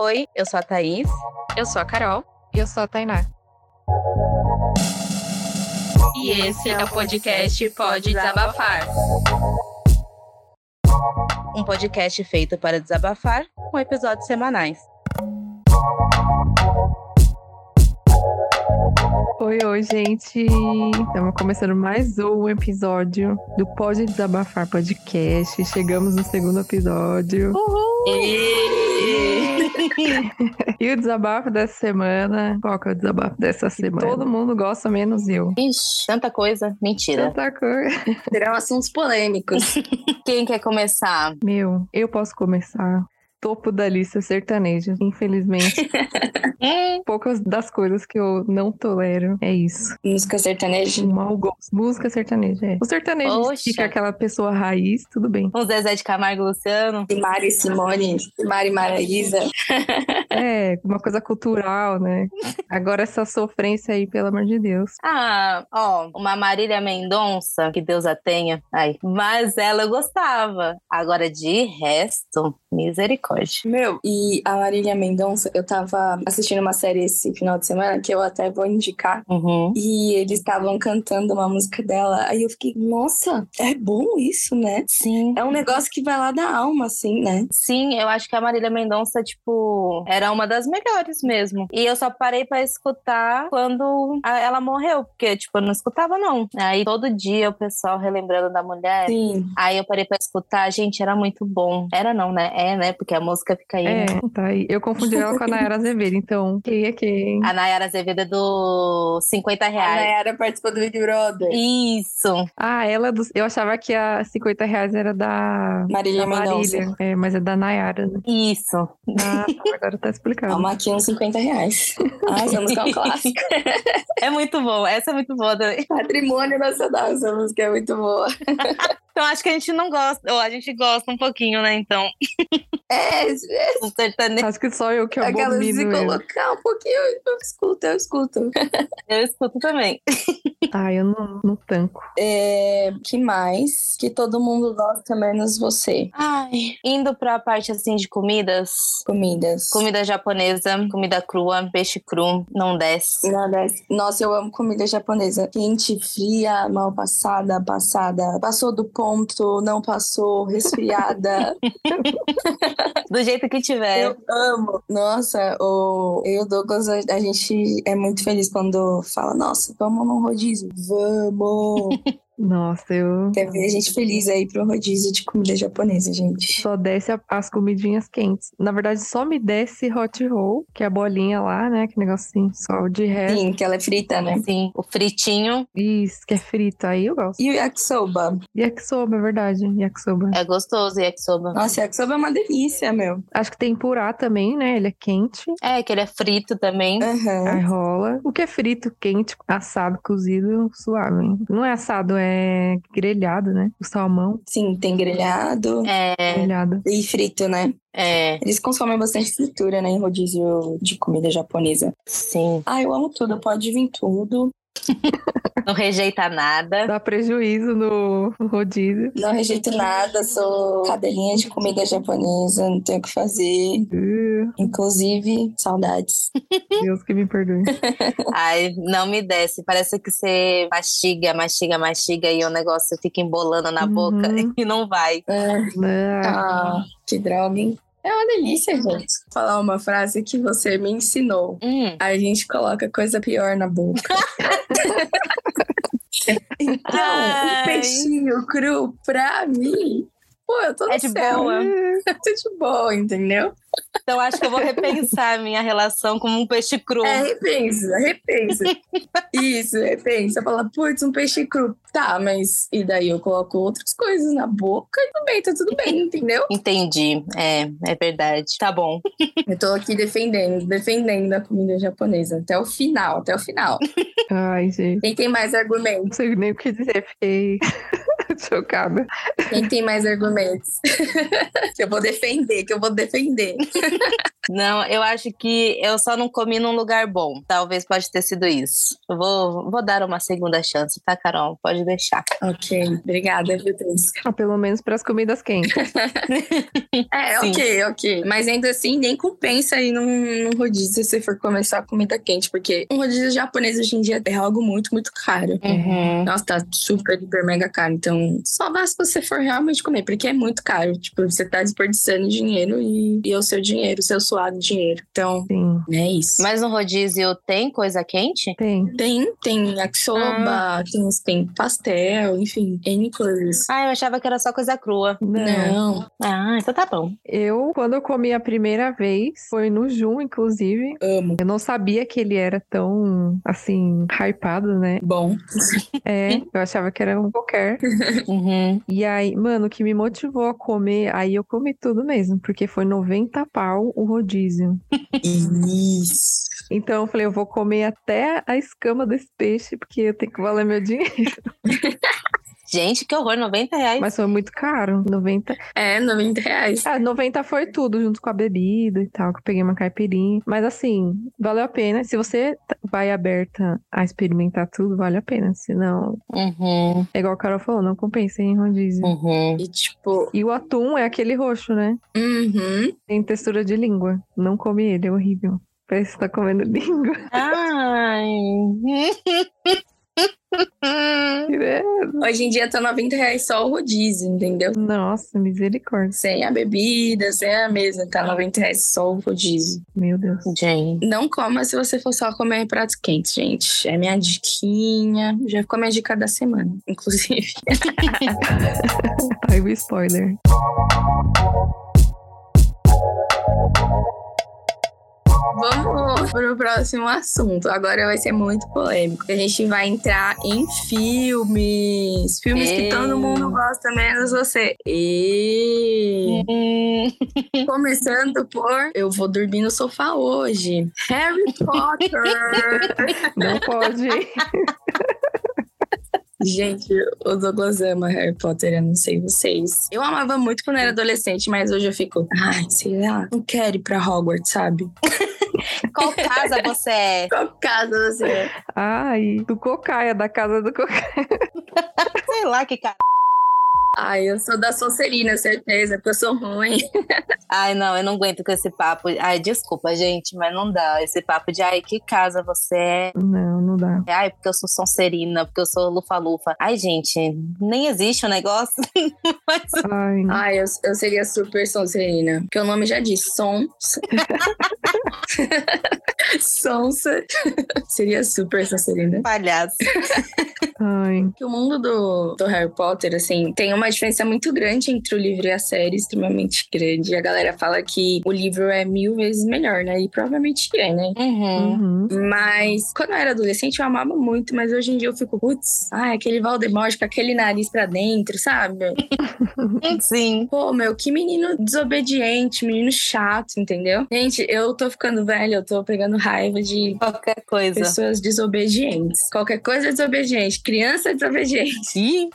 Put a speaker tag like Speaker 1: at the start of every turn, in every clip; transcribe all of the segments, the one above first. Speaker 1: Oi, eu sou a Thaís.
Speaker 2: Eu sou a Carol.
Speaker 3: Eu sou a Tainá.
Speaker 2: E esse é o podcast Pode Desabafar.
Speaker 1: Um podcast feito para desabafar com episódios semanais.
Speaker 3: Oi, oi, gente! Estamos começando mais um episódio do Pode Desabafar Podcast. Chegamos no segundo episódio. Uhul! E o desabafo dessa semana? Qual que é o desabafo dessa semana? Todo mundo gosta, menos eu.
Speaker 4: Ixi, tanta coisa. Mentira.
Speaker 3: Tanta coisa.
Speaker 4: Serão assuntos polêmicos. Quem quer começar?
Speaker 3: Meu, eu posso começar. Topo da lista sertaneja. Infelizmente, É. poucas das coisas que eu não tolero. É isso.
Speaker 4: Música sertaneja.
Speaker 3: Um mau gosto. Música sertaneja, é. O sertanejo
Speaker 4: Poxa.
Speaker 3: fica aquela pessoa raiz, tudo bem.
Speaker 4: Um Zezé de Camargo e Luciano.
Speaker 5: Mari Simone, Mari Maraísa.
Speaker 3: É, uma coisa cultural, né? Agora essa sofrência aí, pelo amor de Deus.
Speaker 4: Ah, ó, uma Marília Mendonça, que Deus a tenha. Ai, mas ela eu gostava. Agora, de resto, misericórdia.
Speaker 5: Meu, e a Marília Mendonça, eu tava assistindo uma série esse final de semana que eu até vou indicar.
Speaker 4: Uhum.
Speaker 5: E eles estavam cantando uma música dela. Aí eu fiquei, nossa, é bom isso, né?
Speaker 4: Sim.
Speaker 5: É um negócio que vai lá da alma, assim, né?
Speaker 4: Sim, eu acho que a Marília Mendonça, tipo, era uma das melhores mesmo. E eu só parei pra escutar quando a- ela morreu, porque, tipo, eu não escutava, não. Aí todo dia o pessoal relembrando da mulher.
Speaker 5: Sim.
Speaker 4: Aí eu parei pra escutar, gente, era muito bom. Era não, né? É, né? Porque a música fica aí.
Speaker 3: É,
Speaker 4: né?
Speaker 3: tá aí. Eu confundi ela com a Nayara Azevedo, então quem é quem?
Speaker 4: A Nayara Azevedo é do 50
Speaker 5: A
Speaker 4: reais.
Speaker 5: Nayara participou do Big Brother.
Speaker 4: Isso.
Speaker 3: Ah, ela dos... Eu achava que a 50 reais era da,
Speaker 5: Marília
Speaker 3: da
Speaker 5: Mendonça.
Speaker 3: Marília. É, mas é da Nayara, né?
Speaker 4: Isso.
Speaker 3: Ah, tá, agora tá explicado.
Speaker 5: Calma aqui, uns 50 é reais. Ah, essa música é um clássico.
Speaker 4: É muito bom. Essa é muito boa também.
Speaker 5: Patrimônio nacional, essa música é muito boa.
Speaker 4: Então acho que a gente não gosta. Ou a gente gosta um pouquinho, né? Então,
Speaker 5: É,
Speaker 4: o sertanejo.
Speaker 3: Acho que só eu que
Speaker 5: aquela
Speaker 3: abomino
Speaker 5: né? se
Speaker 3: ele.
Speaker 5: colocar um pouquinho, eu escuto, eu escuto.
Speaker 4: Eu escuto também.
Speaker 3: Ah, eu não, não tanco.
Speaker 5: É, que mais? Que todo mundo gosta, menos você. Ai,
Speaker 4: Indo pra parte assim de comidas.
Speaker 5: comidas.
Speaker 4: Comida japonesa, comida crua, peixe cru, não desce.
Speaker 5: Nada. Nossa, eu amo comida japonesa. Quente, fria, mal passada, passada. Passou do ponto, não passou, resfriada.
Speaker 4: Do jeito que tiver.
Speaker 5: eu amo. Nossa, o... eu e o Douglas, a, a gente é muito feliz quando fala, nossa, vamos num rodízio. Vamos!
Speaker 3: Nossa, eu
Speaker 5: Quer ver a gente feliz aí pro rodízio de comida japonesa, gente.
Speaker 3: só desce a- as comidinhas quentes. Na verdade, só me desce hot roll, que é a bolinha lá, né? Que negocinho, só o de resto.
Speaker 5: Sim, que ela é frita, né?
Speaker 4: Sim. assim, O fritinho
Speaker 3: Isso, que é frito, aí eu gosto.
Speaker 5: E o yakisoba?
Speaker 3: Yakisoba, é verdade, yakisoba.
Speaker 4: é gostoso, yakisoba.
Speaker 5: Nossa, yakisoba é uma delícia, meu.
Speaker 3: Acho que tempurá também, né? Ele é quente,
Speaker 4: É, que ele é frito também.
Speaker 5: Aham.
Speaker 3: aí rola. O que é frito, quente, assado, cozido, suave. Não é assado, é grelhado, né? O salmão,
Speaker 5: Sim, tem grelhado
Speaker 4: É,
Speaker 3: grelhado.
Speaker 5: e frito, né?
Speaker 4: é,
Speaker 5: Eles consomem bastante fritura, né? Em rodízio de comida japonesa.
Speaker 4: sim.
Speaker 5: Ah, eu amo tudo, pode vir tudo.
Speaker 4: Não rejeita nada.
Speaker 3: Dá prejuízo no no rodízio.
Speaker 5: Não rejeito nada, sou cadelinha de comida japonesa, não tenho o que fazer.
Speaker 3: Uh,
Speaker 5: Inclusive, saudades.
Speaker 3: Deus que me perdoe.
Speaker 4: Ai, não me desce. Parece que você mastiga, mastiga, mastiga e o negócio fica embolando na boca
Speaker 3: Uhum.
Speaker 4: e não vai.
Speaker 5: Ah,
Speaker 3: Ah,
Speaker 5: ah, que droga, hein? É uma delícia, gente. Falar uma frase que você me ensinou.
Speaker 4: Hum.
Speaker 5: A gente coloca coisa pior na boca. Então,
Speaker 4: Ai.
Speaker 5: um peixinho cru pra mim. Pô, eu tô no
Speaker 4: É de
Speaker 5: céu.
Speaker 4: boa.
Speaker 5: Tô de boa, entendeu?
Speaker 4: Então acho que eu vou repensar a minha relação com um peixe cru.
Speaker 5: É, repensa, repensa. Isso, repensa. Fala, putz, um peixe cru. Tá, mas e daí eu coloco outras coisas na boca e tudo bem, tá tudo bem, entendeu?
Speaker 4: Entendi. É, é verdade. Tá bom.
Speaker 5: Eu tô aqui defendendo, defendendo a comida japonesa até o final, até o final.
Speaker 3: Ai, gente.
Speaker 5: Quem tem mais argumentos?
Speaker 3: Não sei nem o que dizer, fiquei chocada.
Speaker 5: Quem tem mais argumentos? que eu vou defender, que eu vou defender.
Speaker 4: Não, eu acho que eu só não comi num lugar bom. Talvez pode ter sido isso. Eu vou, vou dar uma segunda chance, tá, Carol? Pode deixar.
Speaker 5: Ok, obrigada, Beatriz.
Speaker 3: Ah, pelo menos para as comidas quentes.
Speaker 5: É,
Speaker 4: Sim.
Speaker 5: ok, ok. Mas ainda assim, nem compensa ir num, num rodízio se for começar a comida quente, porque um rodízio japonês hoje em dia é algo muito, muito caro.
Speaker 4: Uhum.
Speaker 5: Nossa, tá super, hiper, mega caro. Então, só vá se você for realmente comer, porque é muito caro. Tipo, você tá desperdiçando dinheiro e, e é o seu dinheiro, o seu suado dinheiro. Então,
Speaker 3: Sim,
Speaker 5: é isso.
Speaker 4: Mas no rodízio tem coisa quente?
Speaker 3: tem.
Speaker 5: Tem, tem yakisoba, tem, tem pastel, enfim, N coisas.
Speaker 4: Ah, eu achava que era só coisa crua.
Speaker 3: Não.
Speaker 5: Não.
Speaker 4: Ah, então tá bom.
Speaker 3: Eu, quando eu comi a primeira vez, foi no Jun, inclusive.
Speaker 5: Amo.
Speaker 3: Eu não sabia que ele era tão, assim, hypado, né?
Speaker 5: Bom.
Speaker 3: É, eu achava que era um qualquer.
Speaker 4: Uhum.
Speaker 3: E aí, mano, o que me motivou a comer, aí eu comi tudo mesmo, porque foi 90 pau o rodízio.
Speaker 5: Isso.
Speaker 3: Então eu falei, eu vou comer até a escama desse peixe, porque eu tenho que valer meu dinheiro.
Speaker 4: Gente, que horror, 90 reais.
Speaker 3: Mas foi muito caro, 90.
Speaker 5: É, 90 reais.
Speaker 3: Ah, 90 foi tudo, junto com a bebida e tal, que eu peguei uma caipirinha. Mas assim, valeu a pena. Se você t- vai aberta a experimentar tudo, vale a pena. Senão,
Speaker 4: Uhum.
Speaker 3: é igual a Carol falou, não compensa em rodízio.
Speaker 4: Uhum.
Speaker 5: E tipo,
Speaker 3: E o atum é aquele roxo, né?
Speaker 5: uhum.
Speaker 3: Tem textura de língua. Não come ele, é horrível. Parece que tá comendo língua.
Speaker 4: Ai.
Speaker 3: né?
Speaker 5: Hoje em dia tá 90 reais só o rodízio, entendeu?
Speaker 3: Nossa, misericórdia.
Speaker 5: Sem a bebida, sem a mesa, tá 90 reais só o rodízio.
Speaker 3: Meu Deus.
Speaker 4: Gente.
Speaker 5: Não coma se você for só comer pratos quentes, gente. É minha diquinha. Já ficou minha dica da semana, inclusive.
Speaker 3: Tá aí o spoiler.
Speaker 5: Vamos pro próximo assunto. Agora vai ser muito polêmico. A gente vai entrar em filmes. Filmes que
Speaker 4: Ei.
Speaker 5: todo mundo gosta, menos você. E
Speaker 4: Hum.
Speaker 5: começando por Eu vou dormir no sofá hoje. Harry Potter.
Speaker 3: Não pode.
Speaker 5: gente, o Douglas ama Harry Potter, eu não sei vocês. Eu amava muito quando era adolescente, mas hoje eu fico, ai, sei lá, não quero ir pra Hogwarts, sabe?
Speaker 4: Qual casa você é?
Speaker 5: Qual casa você é?
Speaker 3: Ai, do cocaia, da casa do cocaia.
Speaker 4: Sei lá que cara.
Speaker 5: Ai, eu sou da Sonserina, certeza, porque eu sou ruim.
Speaker 4: Ai, não, eu não aguento com esse papo. Ai, desculpa, gente, mas não dá. Esse papo de ai, que casa você é?
Speaker 3: Não, não dá.
Speaker 4: Ai, porque eu sou Sonserina, porque eu sou Lufa-Lufa. Ai, gente, nem existe o negócio. Mas
Speaker 3: Ai,
Speaker 5: Ai, eu, eu seria super Sonserina. Porque o nome já diz, Son... Sonsa... seria super Sonserina.
Speaker 4: palhaço.
Speaker 3: ai.
Speaker 5: Que O mundo do, do Harry Potter, assim, tem uma diferença muito grande entre o livro e a série, extremamente grande. E a galera fala que o livro é mil vezes melhor, né? E provavelmente é, né?
Speaker 4: Uhum.
Speaker 3: Uhum.
Speaker 5: Mas quando eu era adolescente eu amava muito, mas hoje em dia eu fico, putz, ai, aquele Valdemort com aquele nariz pra dentro, sabe?
Speaker 4: Uhum. Sim.
Speaker 5: Pô, meu, que menino desobediente, menino chato, entendeu? Gente, eu tô ficando velha, eu tô pegando raiva de
Speaker 4: Qualquer coisa.
Speaker 5: pessoas desobedientes. Qualquer coisa é desobediente, criança é desobediente.
Speaker 4: Ih,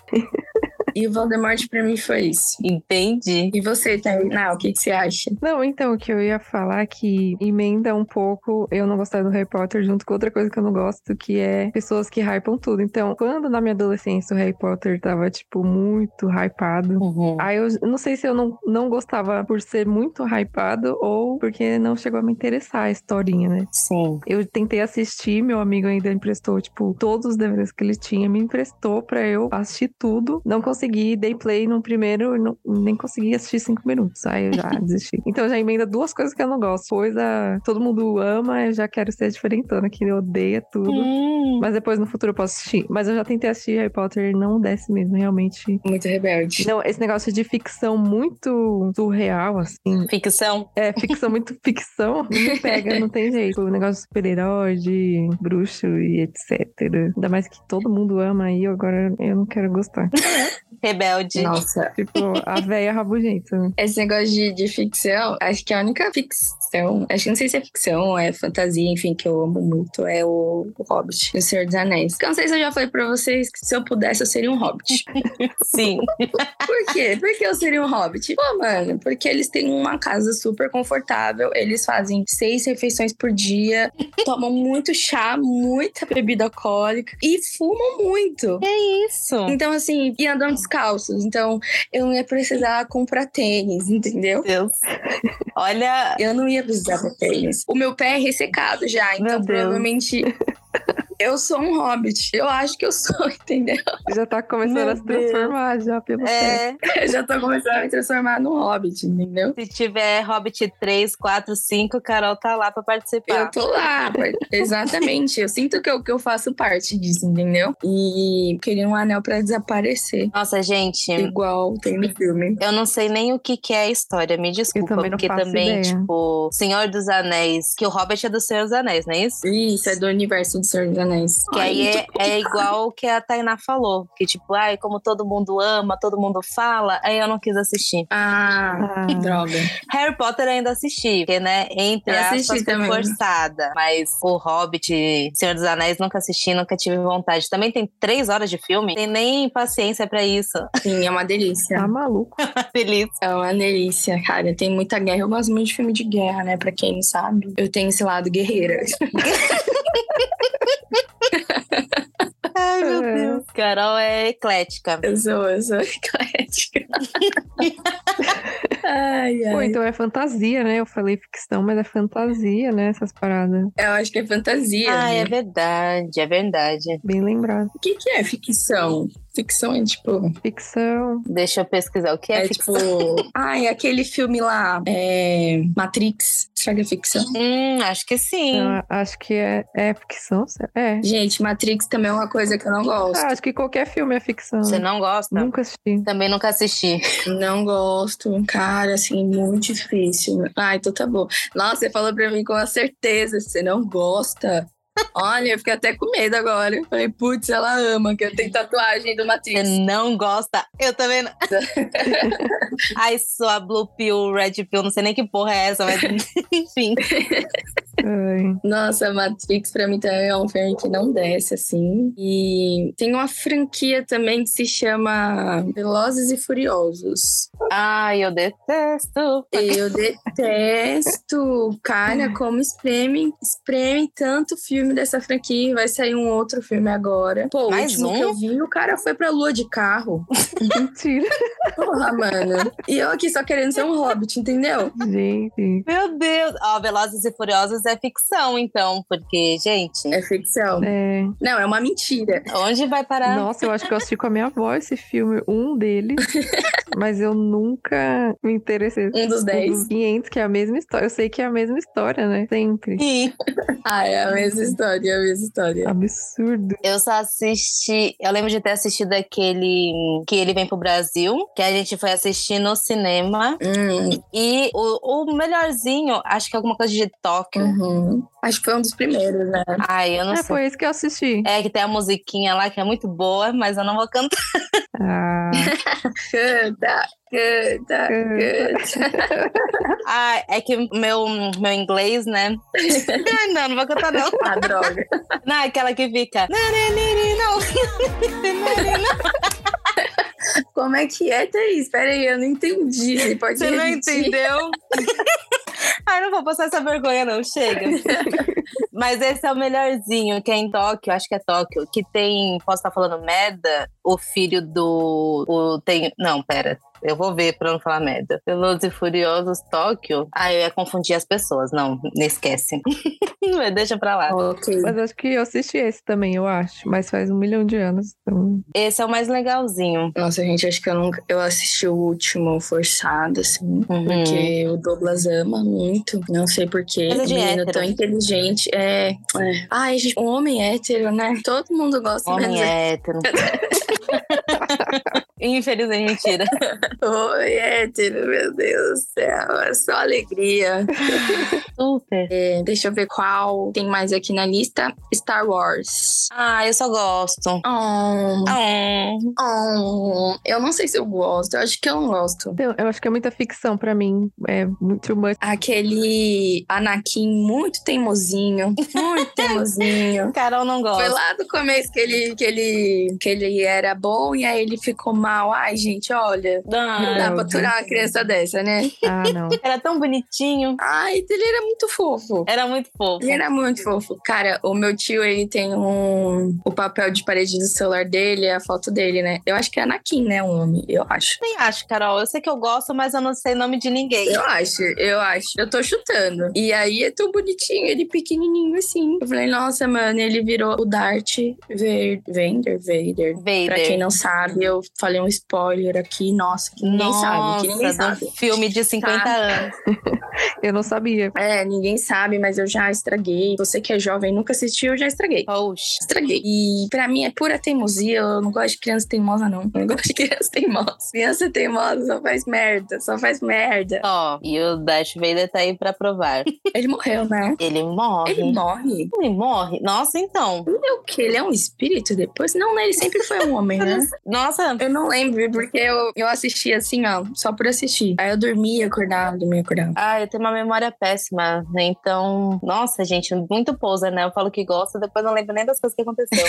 Speaker 5: E o Voldemort pra mim foi isso.
Speaker 4: entendi.
Speaker 5: E você, Tainá, o que, que você acha?
Speaker 3: Não, então, o que eu ia falar é que emenda um pouco eu não gostar do Harry Potter junto com outra coisa que eu não gosto, que é pessoas que hypam tudo. Então, quando na minha adolescência o Harry Potter tava, tipo, muito hypado,
Speaker 4: Uhum.
Speaker 3: Aí eu eu não sei se eu não, não gostava por ser muito hypado ou porque não chegou a me interessar a historinha, né?
Speaker 4: Sim.
Speaker 3: Eu tentei assistir, meu amigo ainda emprestou, tipo, todos os DVDs que ele tinha, me emprestou pra eu assistir tudo. Não consegui, dei play no primeiro, e não- nem consegui assistir cinco minutos. Aí eu já desisti. Então já emenda duas coisas que eu não gosto. Coisa, todo mundo ama, eu já quero ser diferentona, que odeia tudo.
Speaker 4: Hum.
Speaker 3: Mas depois no futuro eu posso assistir. Mas eu já tentei assistir Harry Potter e não desce mesmo, realmente.
Speaker 5: Muito rebelde.
Speaker 3: Não, esse negócio de ficção muito surreal, assim.
Speaker 4: Ficção?
Speaker 3: É, ficção muito ficção. Não me pega, não tem jeito. O negócio de super-herói, de bruxo e etc. Ainda mais que todo mundo ama aí, agora eu não quero gostar.
Speaker 4: Rebelde.
Speaker 5: Nossa,
Speaker 3: Tipo, a véia rabugenta. né?
Speaker 5: esse negócio de, de ficção, acho que é a única ficção, acho que não sei se é ficção, é fantasia, enfim, que eu amo muito, é o, o Hobbit, o Senhor dos Anéis. Que eu não sei se eu já falei pra vocês que se eu pudesse, eu seria um Hobbit.
Speaker 4: Sim.
Speaker 5: Por quê? Por que eu seria um hobbit? Pô, mano, porque eles têm uma casa super confortável, eles fazem seis refeições por dia, tomam muito chá, muita bebida alcoólica e fumam muito.
Speaker 4: Isso.
Speaker 5: Então, assim, e andam descalços. Então, eu não ia precisar comprar tênis, entendeu?
Speaker 4: Deus. Olha,
Speaker 5: Eu não ia precisar comprar tênis. O meu pé é ressecado já, então
Speaker 4: Deus.
Speaker 5: provavelmente. Eu sou um hobbit. Eu acho que eu sou, entendeu?
Speaker 3: Já tá começando
Speaker 4: Meu
Speaker 3: a se transformar já pelo pé.
Speaker 4: é,
Speaker 5: Eu já tô começando a me transformar num hobbit, entendeu?
Speaker 4: se tiver Hobbit 3, 4, 5, Carol tá lá pra
Speaker 5: Eu
Speaker 4: participar.
Speaker 5: tô lá, mas- exatamente. Eu sinto que eu, que eu faço parte disso, entendeu? E queria um anel pra desaparecer.
Speaker 4: Nossa, gente.
Speaker 5: Igual tem no filme.
Speaker 4: Eu não sei nem o que, que é a história, me desculpa,
Speaker 3: também não
Speaker 4: porque
Speaker 3: faço
Speaker 4: também,
Speaker 3: ideia.
Speaker 4: tipo, Senhor dos Anéis, que o Hobbit é do Senhor dos Anéis, não é isso?
Speaker 5: Isso, é do universo do Senhor dos Anéis.
Speaker 4: Que
Speaker 5: Ai,
Speaker 4: aí
Speaker 5: muito
Speaker 4: é, é igual o que a Tainá falou, que tipo, ai, como todo mundo ama, todo mundo fala, aí eu não quis assistir.
Speaker 5: Ah,
Speaker 3: Ah,
Speaker 5: droga.
Speaker 4: Harry Potter ainda assisti, porque, né, entre
Speaker 5: Eu
Speaker 4: aspas,
Speaker 5: assisti
Speaker 4: foi
Speaker 5: também.
Speaker 4: forçada. Mas o Hobbit, Senhor dos Anéis, nunca assisti, nunca tive vontade. Também tem três horas de filme, tem nem paciência pra isso.
Speaker 5: Sim, é uma delícia.
Speaker 3: tá maluco.
Speaker 4: Feliz.
Speaker 5: É uma delícia, cara. Tem muita guerra. Eu gosto muito de filme de guerra, né? Pra quem não sabe. Eu tenho esse lado guerreira.
Speaker 4: Ai, meu
Speaker 3: É.
Speaker 4: Deus. Carol é eclética.
Speaker 5: Eu sou, eu sou eclética. ai,
Speaker 3: Pô,
Speaker 5: ai.
Speaker 3: então é fantasia, né? Eu falei ficção, mas é fantasia, né? Essas paradas.
Speaker 5: Eu acho que é fantasia.
Speaker 4: Ah,
Speaker 5: né?
Speaker 4: é verdade, é verdade.
Speaker 3: Bem lembrado.
Speaker 5: O que, que é ficção? Ficção é tipo.
Speaker 3: Ficção.
Speaker 4: Deixa eu pesquisar o que é,
Speaker 5: É
Speaker 4: ficção.
Speaker 5: tipo. Ai, aquele filme lá. É. Matrix. Será que é ficção?
Speaker 4: Hum, acho que sim.
Speaker 5: Ah,
Speaker 3: eu acho que é, é ficção. será? É.
Speaker 5: Gente, Matrix também é uma coisa que eu não gosto.
Speaker 3: Ah, acho que qualquer filme é ficção.
Speaker 5: ah.
Speaker 4: Você
Speaker 3: né?
Speaker 4: não gosta?
Speaker 5: Hum.
Speaker 3: Nunca assisti.
Speaker 4: Também nunca assisti.
Speaker 5: Não gosto. Cara, assim, muito difícil. Ah, então tá bom. Nossa, você falou pra mim com a certeza. Você não gosta. Olha, eu fiquei até com medo agora. Eu falei, putz, ela ama, que eu tenho tatuagem do
Speaker 4: Você
Speaker 5: Matrix.
Speaker 4: não gosta? Eu também não. Ai, sua Blue Pill, Red Pill, não sei nem que porra é essa, mas enfim.
Speaker 3: Ai,
Speaker 5: Nossa, Matrix pra mim também é um filme que não desce, assim. E tem uma franquia também que se chama Velozes e Furiosos.
Speaker 4: Ai, eu detesto.
Speaker 5: Eu detesto, cara,
Speaker 4: Ah.
Speaker 5: como espremem, espremem tanto filme dessa franquia. Vai sair um outro filme agora. Pô,
Speaker 4: Mais
Speaker 5: o último
Speaker 4: um?
Speaker 5: que eu vi, o cara foi pra lua de carro.
Speaker 3: mentira.
Speaker 5: Porra, mano. E eu aqui só querendo ser um hobbit, entendeu?
Speaker 3: Gente.
Speaker 4: Meu Deus. Ó, Velozes e Furiosos é ficção, então, porque, gente,
Speaker 5: É ficção.
Speaker 3: É.
Speaker 5: Não, é uma mentira.
Speaker 4: onde vai
Speaker 5: Tá.
Speaker 4: parar?
Speaker 3: Nossa, eu acho que eu assisti com a minha avó esse filme, um deles. mas eu nunca me interessei.
Speaker 5: Um dos
Speaker 3: Um
Speaker 5: dez.
Speaker 3: dos 500, que é a mesma história. Eu sei que é a mesma história, né? Sempre.
Speaker 4: Sim.
Speaker 5: Ah, é a mesma história, é a mesma história.
Speaker 3: Absurdo.
Speaker 4: Eu só assisti. Eu lembro de ter assistido aquele que ele vem pro Brasil, que a gente foi assistir no cinema.
Speaker 5: Hum,
Speaker 4: E o, o melhorzinho, acho que é alguma coisa de Tóquio.
Speaker 5: uhum. Acho que foi um dos primeiros, né?
Speaker 4: Ai, eu não
Speaker 3: É,
Speaker 4: sei.
Speaker 3: foi esse que eu assisti.
Speaker 4: É que tem a musiquinha lá que é muito boa, mas eu não vou cantar.
Speaker 5: Canta,
Speaker 3: Ah,
Speaker 5: canta, canta.
Speaker 4: Ah, é que meu, meu inglês, né? Ai, não, não vou cantar, não.
Speaker 5: Ah, droga.
Speaker 4: Não, é aquela que fica. "Nananiri, Não.
Speaker 5: Como é que é, Thaís? Pera aí, eu não entendi. Você pode
Speaker 4: Você não
Speaker 5: repetir?
Speaker 4: entendeu? Ai, Ah, não vou passar essa vergonha, não, chega. Mas esse é o melhorzinho, que é em Tóquio, acho que é Tóquio, que tem, posso estar falando merda? O filho do. O, tem, não, pera. Eu vou ver pra não falar merda. Velozes e Furiosos Tóquio. Ah, eu ia confundir as pessoas. Não, não esquece. Mas Deixa pra lá.
Speaker 5: Ah, Ok.
Speaker 3: mas acho que eu assisti esse também, eu acho. Mas faz um milhão de anos. Então...
Speaker 4: Esse é o mais legalzinho.
Speaker 5: Nossa, gente, acho que eu nunca. Eu assisti o último forçado, assim.
Speaker 4: Uhum.
Speaker 5: Porque o Douglas ama muito. Não sei porquê.
Speaker 4: Coisa
Speaker 5: Um
Speaker 4: de
Speaker 5: menino
Speaker 4: hétero.
Speaker 5: tão inteligente. É. é. Ai, gente, um homem hétero, né? Todo mundo gosta
Speaker 4: Homem
Speaker 5: menos.
Speaker 4: hétero. Infelizmente, mentira.
Speaker 5: Oi, um hétero, meu Deus do céu, é só alegria.
Speaker 4: Super.
Speaker 5: É, deixa eu ver qual tem mais aqui na lista. Star Wars.
Speaker 4: Ah, eu só gosto.
Speaker 5: Oh,
Speaker 4: Ah,
Speaker 5: oh, eu não sei se eu gosto, eu acho que eu não gosto.
Speaker 3: Então, eu acho que é muita ficção pra mim. É muito too much.
Speaker 5: Aquele Anakin muito teimosinho, muito teimosinho.
Speaker 4: Carol não
Speaker 5: Foi
Speaker 4: gosta.
Speaker 5: lá do começo que ele, que, ele, que ele era bom e aí ele ficou mal. Ai, gente, olha. Não
Speaker 4: Ah,
Speaker 5: dá pra aturar uma criança dessa, né?
Speaker 3: Ah, não.
Speaker 4: era tão bonitinho.
Speaker 5: Ai, ele era muito fofo.
Speaker 4: Era muito fofo.
Speaker 5: Ele era muito fofo. Cara, o meu tio, ele tem um. O papel de parede do celular dele é a foto dele, né? Eu acho que é Anakin, né? Um homem, eu acho.
Speaker 4: Nem acho, Carol. Eu sei que eu gosto, mas eu não sei nome de ninguém.
Speaker 5: Eu acho, eu acho. Eu tô chutando. E aí é tão bonitinho, ele pequenininho assim. Eu falei, nossa, mano, ele virou o Darth Vader. Vader, Vader. Pra quem
Speaker 4: Vader.
Speaker 5: não sabe, eu falei um spoiler aqui. Nossa, que ninguém sabe, que ninguém
Speaker 4: Nossa,
Speaker 5: sabe.
Speaker 4: do filme de 50
Speaker 5: Tá.
Speaker 4: anos.
Speaker 3: Eu não sabia.
Speaker 5: É, ninguém sabe, mas eu já estraguei. Você que é jovem e nunca assistiu, eu já estraguei.
Speaker 4: Poxa.
Speaker 5: Estraguei. E pra mim é pura teimosia. Eu não gosto de criança teimosa, não. Eu não gosto de criança teimosa. Criança teimosa só faz merda, só faz merda.
Speaker 4: Ó, e o Darth Vader tá aí pra provar.
Speaker 5: Ele morreu, né?
Speaker 4: Ele morre.
Speaker 5: Ele morre?
Speaker 4: Ele morre? Nossa, então.
Speaker 5: Ele é o quê? Ele é um espírito depois? Não, né? Ele sempre foi um homem, né?
Speaker 4: Nossa,
Speaker 5: Eu não lembro, porque eu, eu assisti assim, ó, só por assistir. Aí eu dormia, acordava, dormia, acordava.
Speaker 4: Ah, eu tenho uma memória péssima, né? Então, nossa, gente, muito pousa, né? Eu falo que gosta, depois não lembro nem das coisas que aconteceu.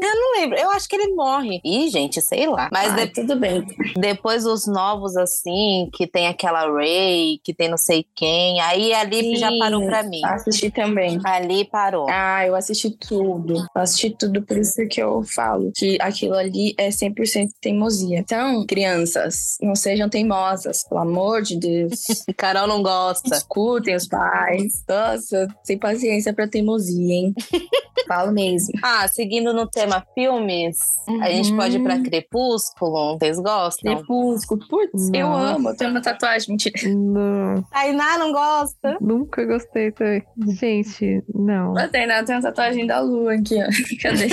Speaker 4: eu não lembro. Eu acho que ele morre. Ih, gente, sei lá. Mas
Speaker 5: Ai,
Speaker 4: de-
Speaker 5: tudo bem.
Speaker 4: depois os novos, assim, que tem aquela Ray, que tem não sei quem. Aí ali já parou pra mim.
Speaker 5: Assisti também.
Speaker 4: Ali parou.
Speaker 5: Ah, eu assisti tudo. Eu assisti tudo, por isso que eu falo que aquilo ali é 100% teimosia. Então, crianças, não sejam teimosas, pelo amor de Deus.
Speaker 4: Carol não gosta.
Speaker 5: Escutem os pais. Nossa, sem paciência pra teimosia, hein? Falo mesmo.
Speaker 4: Ah, seguindo no tema filmes, a gente
Speaker 5: Uhum.
Speaker 4: pode ir pra Crepúsculo. Vocês gostam?
Speaker 5: Crepúsculo, putz, eu
Speaker 3: Nossa.
Speaker 5: amo. Eu tenho uma tatuagem, mentira.
Speaker 3: Não,
Speaker 4: Tainá não gosta.
Speaker 3: nunca gostei também. Gente, não.
Speaker 5: Não né? tem nada, eu tenho uma tatuagem da lua aqui, ó. Cadê?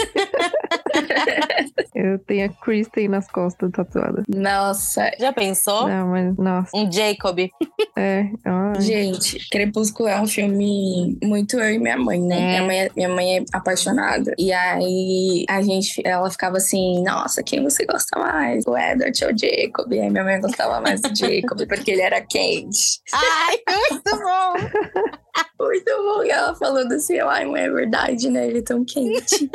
Speaker 3: Eu tenho a Kristen nas costas tatuada.
Speaker 5: Nossa,
Speaker 4: Já pensou?
Speaker 3: Não, mas nossa.
Speaker 4: Um Jacob.
Speaker 3: É. ai.
Speaker 5: Gente, Crepúsculo é um filme muito eu e minha mãe, né?
Speaker 4: É.
Speaker 5: Minha, mãe é, minha mãe é apaixonada. E aí a gente, ela ficava assim, nossa, quem você gosta mais? O Edward ou o Jacob? E aí minha mãe gostava mais do Jacob, porque ele era quente.
Speaker 4: Ai, muito bom!
Speaker 5: Muito bom. E ela falando assim, ai, mãe, é verdade, né? Ele é tão quente.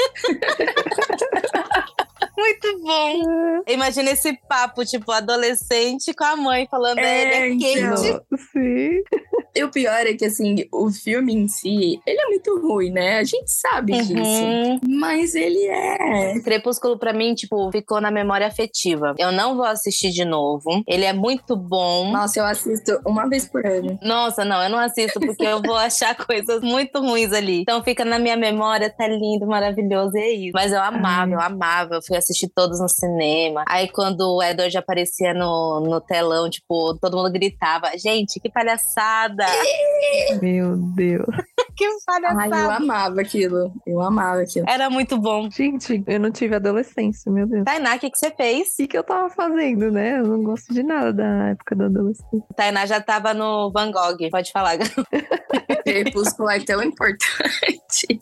Speaker 4: Muito bom! Imagina esse papo, tipo, adolescente com a mãe falando,
Speaker 5: É,
Speaker 4: ele é
Speaker 5: então.
Speaker 4: quente.
Speaker 3: Não, Sim.
Speaker 5: e o pior é que, assim, o filme em si, ele é muito ruim, né? A gente sabe disso.
Speaker 4: Uhum.
Speaker 5: Mas ele é.
Speaker 4: Crepúsculo pra mim, tipo, ficou na memória afetiva. Eu não vou assistir de novo. Ele é muito bom.
Speaker 5: Nossa, eu assisto uma vez por ano.
Speaker 4: Nossa, não, eu não assisto porque eu vou achar coisas muito ruins ali. Então fica na minha memória, tá lindo, maravilhoso, e é isso. Mas eu amava,
Speaker 3: Ai.
Speaker 4: eu amava. Eu fui assistir todos no cinema. Aí quando o Edward aparecia no, no telão, tipo, todo mundo gritava: Gente, que palhaçada!
Speaker 3: Meu Deus.
Speaker 4: que
Speaker 5: Ai, eu
Speaker 4: palhaçada!
Speaker 5: amava aquilo. Eu amava aquilo.
Speaker 4: Era muito bom.
Speaker 3: Gente, eu não tive adolescência, meu Deus.
Speaker 4: Tainá, o que, que você fez?
Speaker 3: O que, que eu tava fazendo, né? Eu não gosto de nada da época da adolescência.
Speaker 4: Tainá já tava no Van Gogh, pode falar.
Speaker 5: Crepúsculo é tão importante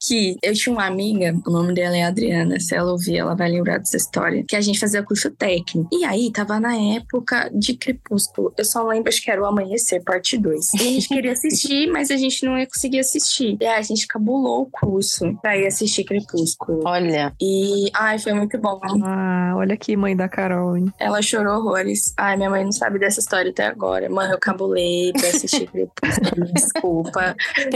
Speaker 5: que eu tinha uma amiga, o nome dela é Adriana. Se ela ouvir, ela vai lembrar dessa história. Que a gente fazia curso técnico. E aí, tava na época de Crepúsculo. Eu só lembro, acho que era o Amanhecer, parte 2. E a gente queria assistir, mas a gente não ia conseguir assistir. E aí, a gente cabulou o curso pra ir assistir Crepúsculo.
Speaker 4: Olha,
Speaker 5: E, ai, foi muito bom.
Speaker 3: Ah, olha aqui, mãe da Carol, hein?
Speaker 5: Ela chorou horrores. Ai, minha mãe não sabe dessa história até agora. Mano, eu cabulei pra assistir Crepúsculo. me Desculpa. Mas era o que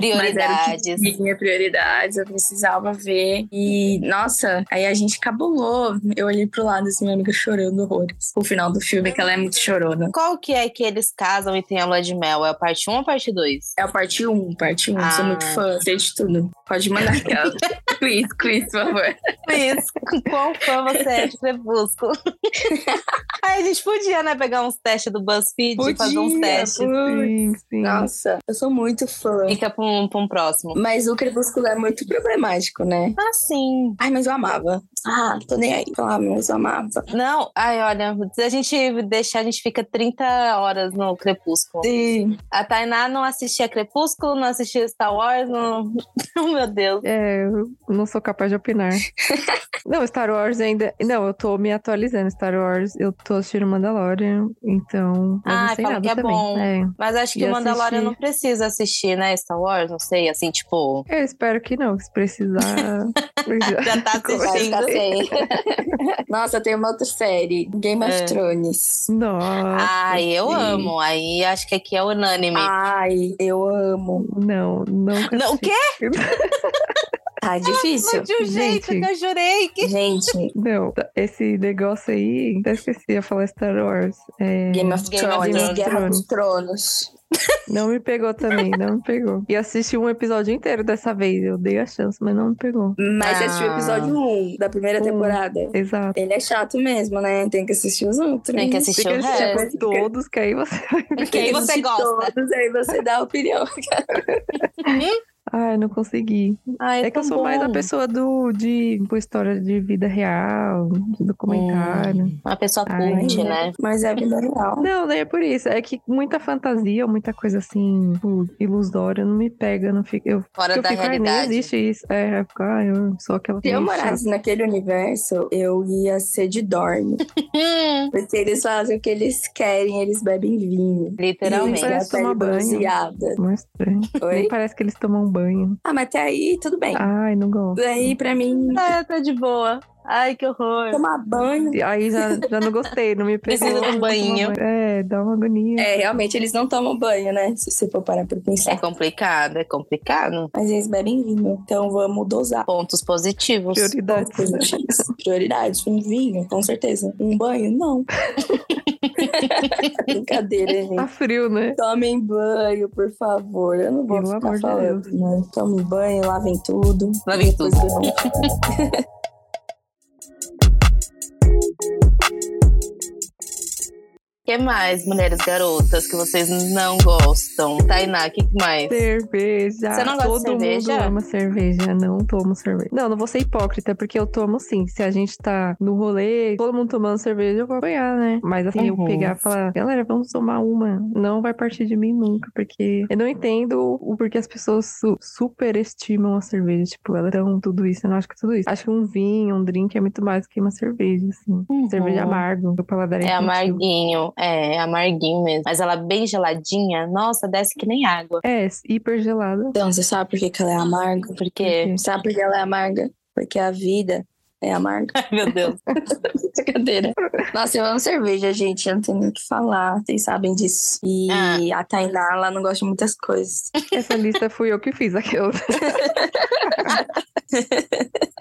Speaker 4: prioridades.
Speaker 5: tinha prioridades, eu precisava ver. E, nossa, aí a gente cabulou. Eu olhei pro lado assim, minha amiga chorando horrores. O final do filme, que ela é muito chorona.
Speaker 4: Qual que é que eles casam e tem a lua de mel? É a parte 1 ou a parte 2?
Speaker 5: É a parte 1, parte 1.
Speaker 4: Ah.
Speaker 5: Sou muito fã, sei de tudo. Pode mandar aquela. quiz, quiz, por favor.
Speaker 4: Isso. Quão fã você é de Crepúsculo? Aí a gente podia, né, pegar uns testes do BuzzFeed e fazer um uns
Speaker 5: Podia,
Speaker 4: testes.
Speaker 5: putz.
Speaker 3: Sim, sim.
Speaker 5: Nossa, eu sou muito fã.
Speaker 4: Fica pra um, pra um próximo.
Speaker 5: Mas o Crepúsculo título é muito problemático, né?
Speaker 4: Ah, sim.
Speaker 5: Ai, mas eu amava. Ah, tô nem aí. Ah, mas eu amava.
Speaker 4: Não, ai, olha, se a gente deixar, a gente fica 30 horas no Crepúsculo.
Speaker 5: Sim.
Speaker 4: A Tainá não assistia Crepúsculo, não assistia Star Wars, não... Oh, meu Deus.
Speaker 3: É, eu não sou capaz de opinar. não, Star Wars ainda. Não, eu tô me atualizando. Star Wars, eu tô assistindo Mandalorian, então. eu
Speaker 4: Ah,
Speaker 3: não sei
Speaker 4: fala
Speaker 3: nada
Speaker 4: que é
Speaker 3: também.
Speaker 4: bom.
Speaker 3: É.
Speaker 4: Mas acho que
Speaker 3: E
Speaker 4: o Mandalorian
Speaker 3: assistir.
Speaker 4: não precisa assistir, né? Star Wars, não sei, assim, tipo...
Speaker 3: Eu espero que não, se precisar. precisa-
Speaker 4: Já tá
Speaker 5: Vai
Speaker 4: assistindo.
Speaker 5: ficar sem. Nossa, tem uma outra série. Game of
Speaker 4: É.
Speaker 5: Thrones.
Speaker 3: Nossa.
Speaker 4: Ai, Ah, eu
Speaker 3: sim.
Speaker 4: amo. Aí acho que aqui é unânime.
Speaker 5: Ai, eu amo.
Speaker 3: Não, não.
Speaker 4: Não, o quê?
Speaker 5: Tá difícil.
Speaker 4: De um jeito
Speaker 3: Gente.
Speaker 4: que eu jurei que...
Speaker 5: Gente,
Speaker 3: Não, tá- esse negócio aí, até esqueci eu ia falar Star Wars. É,
Speaker 5: Game of
Speaker 4: Game of
Speaker 5: Thrones,
Speaker 4: Thrones.
Speaker 5: Guerra dos Tronos.
Speaker 3: não me pegou também, não me pegou. E assisti um episódio inteiro dessa vez, eu dei a chance, mas não me pegou.
Speaker 5: Mas
Speaker 4: Ah.
Speaker 5: assistiu o episódio 1 da primeira
Speaker 3: Um.
Speaker 5: temporada.
Speaker 3: Exato.
Speaker 5: Ele é chato mesmo, né? Tem que assistir os outros.
Speaker 4: Tem que
Speaker 3: Tem
Speaker 4: assistir
Speaker 3: que
Speaker 4: o
Speaker 3: assistir
Speaker 4: resto.
Speaker 3: depois todos, que aí você.
Speaker 4: Porque aí você
Speaker 5: assistir
Speaker 4: gosta.
Speaker 5: Todos, aí você dá a opinião.
Speaker 3: Ai, não consegui.
Speaker 4: Ai,
Speaker 3: É que eu
Speaker 4: tá
Speaker 3: sou mais a
Speaker 4: bom.
Speaker 3: pessoa do de com história de vida real, de documentário.
Speaker 4: Uma pessoa
Speaker 3: Ai,
Speaker 4: curte,
Speaker 5: é.
Speaker 4: né?
Speaker 5: Mas é vida real.
Speaker 3: Não, nem é por isso. É que muita fantasia, muita coisa assim, tipo, ilusória, não me pega, não fica. Eu,
Speaker 4: Fora
Speaker 3: eu
Speaker 4: da
Speaker 3: fico, ai, nem
Speaker 4: realidade.
Speaker 3: existe isso. É, eu fico, ai, eu sou aquela
Speaker 5: Se eu
Speaker 3: meio
Speaker 5: morasse naquele universo, eu ia ser de dorme.
Speaker 4: Hum,
Speaker 5: Porque eles fazem o que eles querem, eles bebem vinho.
Speaker 4: literalmente.
Speaker 5: E a
Speaker 3: Parece
Speaker 5: pele
Speaker 3: tomar banho.
Speaker 5: bronzeada.
Speaker 3: chata, mas estranho.
Speaker 5: Oi?
Speaker 3: Nem parece que eles tomam um banho.
Speaker 5: Ah, mas até aí, tudo bem.
Speaker 3: Ai, não gosto.
Speaker 5: Daí, pra mim,
Speaker 4: Ah, tá de boa. Ai, que horror.
Speaker 5: tomar banho.
Speaker 3: E Aí já, já não gostei, não me pegou.
Speaker 4: Precisa de um
Speaker 3: Não toma
Speaker 4: banho.
Speaker 3: É, dá uma agonia.
Speaker 5: É, realmente, eles não tomam banho, né? Se você for parar pra
Speaker 4: É
Speaker 5: pensar.
Speaker 4: complicado, é complicado.
Speaker 5: Mas eles bebem vinho, então vamos dosar.
Speaker 4: Pontos positivos.
Speaker 3: Prioridade.
Speaker 5: Prioridade, um vinho, com certeza. Um banho, não. Brincadeira, gente.
Speaker 3: Tá frio, né?
Speaker 5: Tomem banho, por favor. Eu não vou
Speaker 3: Pelo amor
Speaker 5: ficar
Speaker 3: de
Speaker 5: falando, né? Tomem banho, lavem tudo.
Speaker 4: Lavem
Speaker 5: Depois um
Speaker 4: tudo.
Speaker 5: vão-
Speaker 4: O que mais, mulheres garotas, que vocês não gostam? Tainá, o que mais?
Speaker 3: Cerveja.
Speaker 4: Você não gosta de
Speaker 3: Todo
Speaker 4: cerveja?
Speaker 3: mundo ama cerveja. Não tomo cerveja. Não, não vou ser hipócrita, porque eu tomo sim. Se a gente tá no rolê, todo mundo tomando cerveja, eu vou apanhar, né? Mas assim,
Speaker 4: Uhum.
Speaker 3: eu pegar e falar, galera, vamos tomar uma. Não vai partir de mim nunca, porque eu não entendo o porquê as pessoas su- superestimam a cerveja. Tipo, ela é tão tudo isso. Eu não acho que é tudo isso. Acho que um vinho, um drink é muito mais do que uma cerveja, assim.
Speaker 4: Uhum.
Speaker 3: Cerveja amargo. Meu paladar é
Speaker 4: É
Speaker 3: infantil.
Speaker 4: amarguinho, é, é amarguinho mesmo. Mas ela bem geladinha, nossa, desce que nem água.
Speaker 3: É, hiper gelada.
Speaker 5: Então, você sabe por que, que ela é amarga?
Speaker 4: Porque,
Speaker 5: Sabe por que ela é amarga? Porque a vida é amarga.
Speaker 4: meu Deus,
Speaker 5: Brincadeira. Nossa, eu amo cerveja, gente. Eu não tenho nem o que falar. Vocês sabem disso. E
Speaker 4: Ah.
Speaker 5: a Tainá, ela não gosta de muitas coisas.
Speaker 3: Essa lista fui eu que fiz aquela.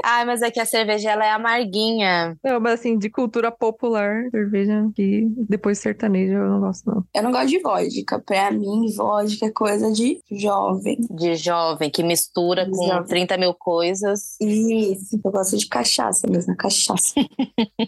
Speaker 4: Ah, mas é que a cerveja ela é amarguinha.
Speaker 3: Não, mas assim, de cultura popular, cerveja que depois sertanejo eu não gosto, não.
Speaker 5: Eu não gosto de vodka. Pra mim, vodka é coisa de jovem.
Speaker 4: De jovem, que mistura com
Speaker 5: Jovem.
Speaker 4: 30 mil coisas.
Speaker 5: Isso, eu gosto de cachaça mesmo, é cachaça.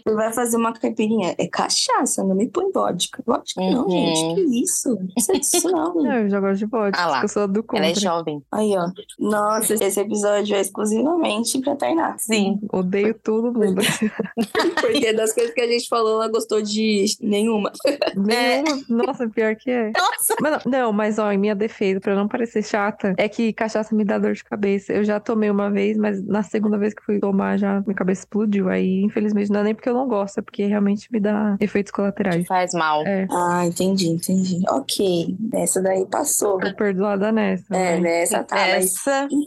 Speaker 5: Você vai fazer uma caipirinha, é cachaça, não me põe vodka. Vodka não,
Speaker 4: Uhum.
Speaker 5: gente, que isso? Não sei disso não.
Speaker 3: Não, eu já gosto de vodka,
Speaker 4: Hum. Ah lá,
Speaker 3: porque eu sou do
Speaker 4: Ela
Speaker 3: contra.
Speaker 4: é jovem.
Speaker 5: Aí, ó. Nossa, esse episódio é exclusivamente pra Tainá.
Speaker 4: Sim.
Speaker 3: Odeio todo mundo.
Speaker 5: Porque das coisas que a gente falou, ela gostou de nenhuma.
Speaker 3: Nenhuma- Nossa, pior que é.
Speaker 4: É. Nossa!
Speaker 3: Mas não, não, mas ó, em minha defesa, pra não parecer chata, é que cachaça me dá dor de cabeça. Eu já tomei uma vez, mas na segunda vez que fui tomar, já minha cabeça explodiu. Aí, infelizmente, não é nem porque eu não gosto, é porque realmente me dá efeitos colaterais.
Speaker 4: Faz mal.
Speaker 3: É,
Speaker 5: Ah, entendi, entendi. Ok, essa daí passou.
Speaker 3: tô perdoada nessa.
Speaker 5: É,
Speaker 3: vai.
Speaker 5: né? Essa tá, mas
Speaker 4: Essa.
Speaker 5: em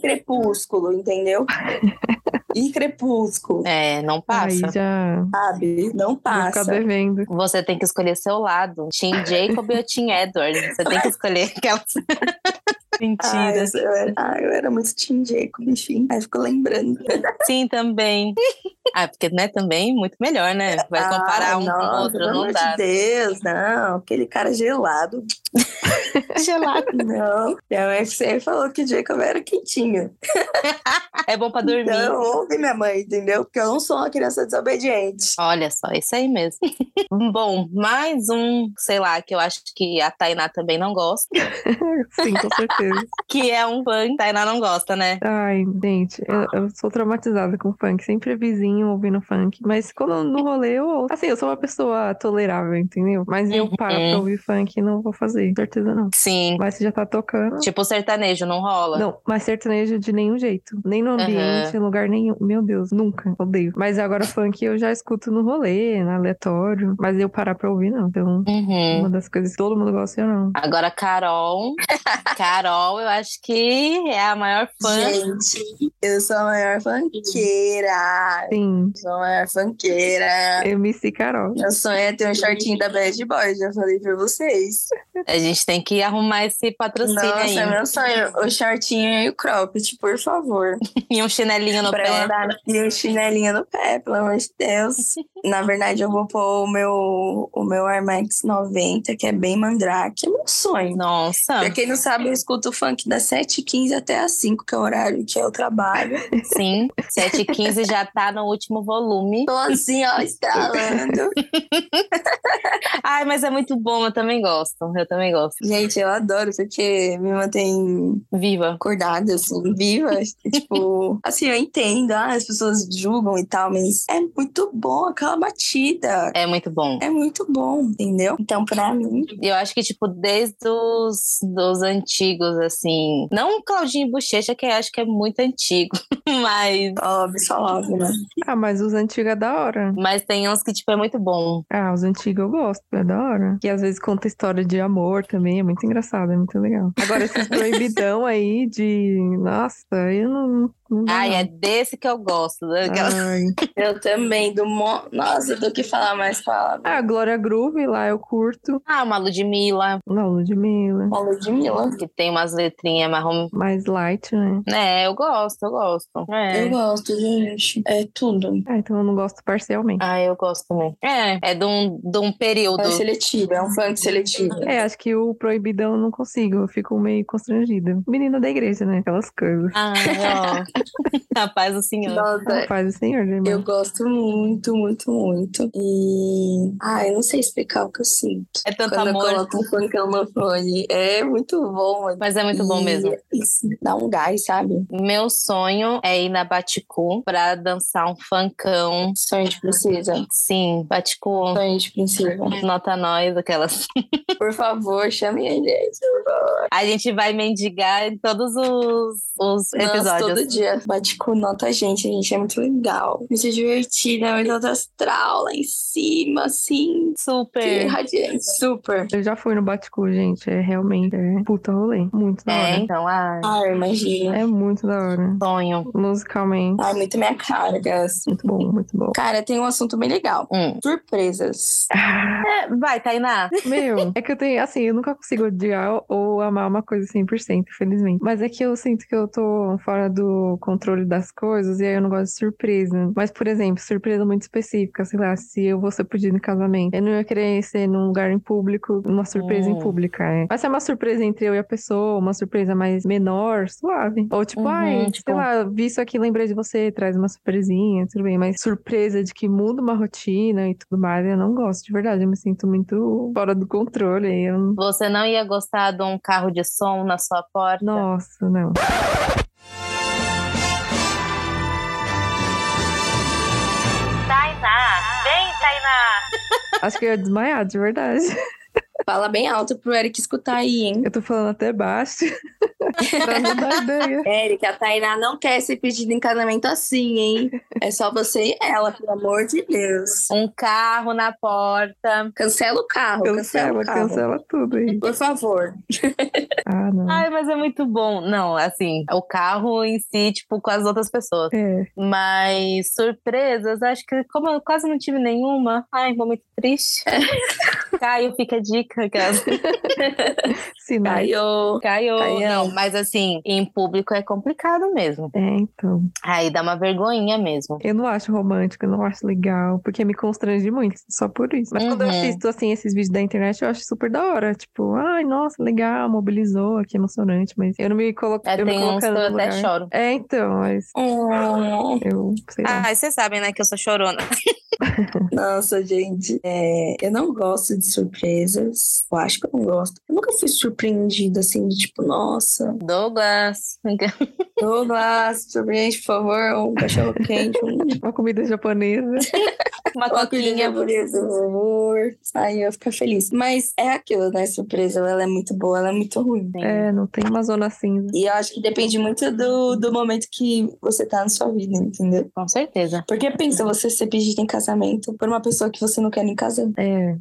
Speaker 5: crepúsculo, entendeu? Em crepúsculo,
Speaker 4: É, não
Speaker 3: Aí
Speaker 4: passa.
Speaker 3: já vou
Speaker 5: sabe? Não
Speaker 3: ficar
Speaker 5: passa.
Speaker 3: devendo.
Speaker 4: Você tem que escolher seu lado. Tim Jacob ou Tim Edward. Você tem que escolher aquelas.
Speaker 5: Ah,
Speaker 4: Mentira.
Speaker 5: eu, eu era, ah, eu era muito Team Jacob, enfim. Aí fico lembrando.
Speaker 4: Sim, também. Ah, porque, né, também muito melhor, né? Vai comparar
Speaker 5: Ah,
Speaker 4: um
Speaker 5: nossa,
Speaker 4: com o outro,
Speaker 5: pelo
Speaker 4: não
Speaker 5: amor
Speaker 4: dá.
Speaker 5: de Deus, não. Aquele cara gelado. gelado. Não. Então, é que você falou que o Jacob era quentinho.
Speaker 4: É bom pra dormir.
Speaker 5: Então, ouve minha mãe, entendeu? Porque eu não sou uma criança desobediente.
Speaker 4: Olha só, isso aí mesmo. Bom, mais um, sei lá, que eu acho que a Tainá também não gosta,
Speaker 3: Sim, com certeza.
Speaker 4: que é um funk. Tainá não gosta, né?
Speaker 3: Ai, gente, eu, eu sou traumatizada com funk. Sempre é vizinho ouvindo funk. Mas quando eu no rolê, eu. Assim, eu sou uma pessoa tolerável, entendeu? Mas eu paro pra ouvir funk e não vou fazer. Certeza não.
Speaker 4: Sim.
Speaker 3: Mas se já tá tocando.
Speaker 4: Tipo sertanejo, não rola?
Speaker 3: Não, mas sertanejo de nenhum jeito. Nem no ambiente, em lugar nenhum. Meu Deus, nunca. Odeio. Mas agora funk eu já escuto no rolê, no aleatório. Mas eu parar pra ouvir, não. Então,
Speaker 4: Uhum.
Speaker 3: uma das coisas que todo mundo gosta, é eu não.
Speaker 4: Agora, Carol. Carol, eu acho que é a maior fã.
Speaker 5: Gente, eu sou a maior funkeira.
Speaker 3: Sim,
Speaker 5: Sou a maior funkeira.
Speaker 3: MC Carol.
Speaker 5: Meu sonho é ter um shortinho da Bad Boy, já falei pra vocês.
Speaker 4: A gente tem que arrumar esse patrocínio
Speaker 5: Nossa,
Speaker 4: aí.
Speaker 5: é meu sonho. O shortinho e o cropped, por favor.
Speaker 4: E um chinelinho no
Speaker 5: pra eu
Speaker 4: pé.
Speaker 5: andar e um chinelinho no pé, pelo amor de Deus. Na verdade, eu vou pôr o meu, o meu Air Max 90, que é bem mandrake. É meu sonho.
Speaker 4: Nossa,
Speaker 5: Pra quem não sabe, eu escuto o funk das 7h15 até as 5, que é o horário que eu trabalho.
Speaker 4: sim. 7h15 já tá no último volume.
Speaker 5: Tô assim, ó, estralando.
Speaker 4: Ai, mas é muito bom, eu também gosto. Eu também gosto.
Speaker 5: Gente, eu adoro, porque me mantém
Speaker 4: Viva.
Speaker 5: acordada, assim, viva. tipo, assim, eu entendo, ah, as pessoas julgam e tal, mas é muito bom aquela batida.
Speaker 4: É muito bom.
Speaker 5: É muito bom, entendeu? Então, pra mim,
Speaker 4: Eu acho que, tipo, desde os dos antigos, assim. Não o Claudinho Bochecha, que eu acho que é muito antigo, mas.
Speaker 5: ó, absolve, né?
Speaker 3: Ah, mas os antigos é da hora.
Speaker 4: Mas tem uns que, tipo, é muito bom.
Speaker 3: Ah, os antigos eu gosto, é da hora. Que às vezes conta história de amor também, é muito engraçado, é muito legal. Agora, esses proibidão aí de. Nossa, eu não. não dá,
Speaker 4: Ai,
Speaker 3: não.
Speaker 4: é
Speaker 5: Uhum.
Speaker 4: desse que eu gosto. daquela-
Speaker 3: Ai.
Speaker 5: Eu também, do mo... Nossa, do que falar mais palavras.
Speaker 3: Ah, Glória Groove lá eu curto.
Speaker 4: Ah, uma Ludmilla,
Speaker 3: Não, Ludmilla.
Speaker 5: Fala de Mila.
Speaker 4: que tem umas letrinhas marrom.
Speaker 3: Mais light, né?
Speaker 4: É, eu gosto, eu gosto. É.
Speaker 5: Eu gosto, gente. É tudo.
Speaker 3: Ah, então eu não gosto parcialmente.
Speaker 4: Ah, eu gosto também. É, é de um, de um período.
Speaker 5: É seletivo, é um funk seletivo.
Speaker 3: É, acho que o proibidão eu não consigo, eu fico meio constrangida. Menina da igreja, né? Aquelas coisas.
Speaker 4: Ai, ó. Rapaz do senhor.
Speaker 5: Nossa,
Speaker 3: Faz o senhor, né, irmã?
Speaker 5: eu gosto muito, muito, muito. E. Ah, eu não sei explicar o que eu sinto.
Speaker 4: É tanto
Speaker 5: Quando
Speaker 4: amor.
Speaker 5: eu coloco um funkão no fone. É muito bom, mano.
Speaker 4: Mas é muito bom
Speaker 5: E
Speaker 4: mesmo.
Speaker 5: Isso, dá um gás, sabe?
Speaker 4: Meu sonho é ir na Baticu pra dançar um funkão.
Speaker 5: Sonho de princesa.
Speaker 4: Sim, Baticu.
Speaker 5: Sonho de princesa.
Speaker 4: Nota nós, aquelas.
Speaker 5: Por favor, chame a gente.
Speaker 4: A gente vai mendigar em todos os, os
Speaker 5: Nossa,
Speaker 4: episódios.
Speaker 5: todo dia bate com nota a gente, a gente é muito legal. Muito divertida, é muito alto astral lá em cima, assim. Que
Speaker 4: Super.
Speaker 5: radiante. Super.
Speaker 3: Eu já fui no Baticu, gente. É realmente é puta rolê. Muito da
Speaker 4: É,
Speaker 3: hora.
Speaker 4: então, ah,
Speaker 5: Ai, imagina.
Speaker 3: É muito da hora.
Speaker 4: sonho.
Speaker 3: Musicalmente,
Speaker 5: Ai, muito minha cara, Gus.
Speaker 3: muito bom, muito bom.
Speaker 5: Cara, tem um assunto bem legal.
Speaker 4: Hum.
Speaker 5: Surpresas.
Speaker 4: É, vai, Tainá.
Speaker 3: Meu, é que eu tenho, assim, eu nunca consigo odiar ou amar uma coisa 100%, felizmente. Mas é que eu sinto que eu tô fora do controle das coisas e aí eu não gosto de surpresa. Mas, por exemplo, surpresa muito específica, sei lá, se eu vou ser pedido em casamento, eu não ia querer ser num lugar em público, uma surpresa em
Speaker 4: Hum.
Speaker 3: pública, é. Mas se é uma surpresa entre eu e a pessoa, uma surpresa mais menor, suave. Ou tipo,
Speaker 4: Uhum,
Speaker 3: ai,
Speaker 4: tipo-
Speaker 3: sei lá, vi isso aqui, lembrei de você, traz uma surpresinha, tudo bem. Mas surpresa de que muda uma rotina e tudo mais, eu não gosto, de verdade. Eu me sinto muito fora do controle. aí Eu... não-
Speaker 4: Você não ia gostar de um carro de som na sua porta?
Speaker 3: Nossa, não. Acho que eu ia desmaiar, de verdade.
Speaker 5: Fala bem alto pro Eric escutar aí, hein?
Speaker 3: Eu tô falando até baixo. pra não dar ideia.
Speaker 5: Eric, a Tainá não quer ser pedida em casamento assim, hein? É só você e ela, pelo amor de Deus.
Speaker 4: Um carro na porta.
Speaker 5: Cancela o carro, cancela,
Speaker 3: Cancela,
Speaker 5: Ah, o carro.
Speaker 3: cancela tudo aí.
Speaker 5: Por favor.
Speaker 3: Ah, não.
Speaker 4: Ai, mas é muito bom. Não, assim, o carro em si, tipo, com as outras pessoas.
Speaker 3: É,
Speaker 4: Mas surpresas, acho que como eu quase não tive nenhuma, ai, vou muito um triste. Caio, fica a dica, Caio.
Speaker 3: Sinais.
Speaker 5: Caiu.
Speaker 4: Caio.
Speaker 5: Caião.
Speaker 4: Não, mas assim, em público é complicado mesmo.
Speaker 3: É, então.
Speaker 4: Aí dá uma vergonhinha mesmo.
Speaker 3: Eu não acho romântico, eu não acho legal, porque me constrange muito, só por isso. Mas quando eu
Speaker 4: Uhum.
Speaker 3: assisto, assim, esses vídeos da internet, eu acho super da hora. Tipo, ai, nossa, legal, mobilizou, que emocionante, mas eu não me coloco.
Speaker 4: É,
Speaker 3: eu me
Speaker 4: tem uns que
Speaker 3: colocando
Speaker 4: eu
Speaker 3: no
Speaker 4: até
Speaker 3: lugar.
Speaker 4: choro.
Speaker 3: É, então, mas
Speaker 5: Oh,
Speaker 3: eu sei lá.
Speaker 4: Ah, e vocês sabem, né, que eu sou chorona.
Speaker 5: nossa, gente. É, eu não gosto de surpresas. Eu acho que eu não gosto. Eu nunca fui surpreendida assim, de tipo, nossa,
Speaker 4: Douglas.
Speaker 5: Douglas, surpreende, por favor, um cachorro quente, um
Speaker 3: Uma tipo, comida japonesa.
Speaker 4: Uma
Speaker 5: Uma coquinha
Speaker 4: coquinha.
Speaker 5: japonesa, por favor. Aí eu ia ficar feliz. Mas é aquilo, né? Surpresa, ela é muito boa, ela é muito ruim.
Speaker 3: É, não tem uma zona cinza.
Speaker 5: E eu acho que depende muito do, do momento que você tá na sua vida, entendeu?
Speaker 4: Com certeza.
Speaker 5: Porque pensa você ser pedido em casamento por uma pessoa que você não quer nem casar.
Speaker 3: É, é.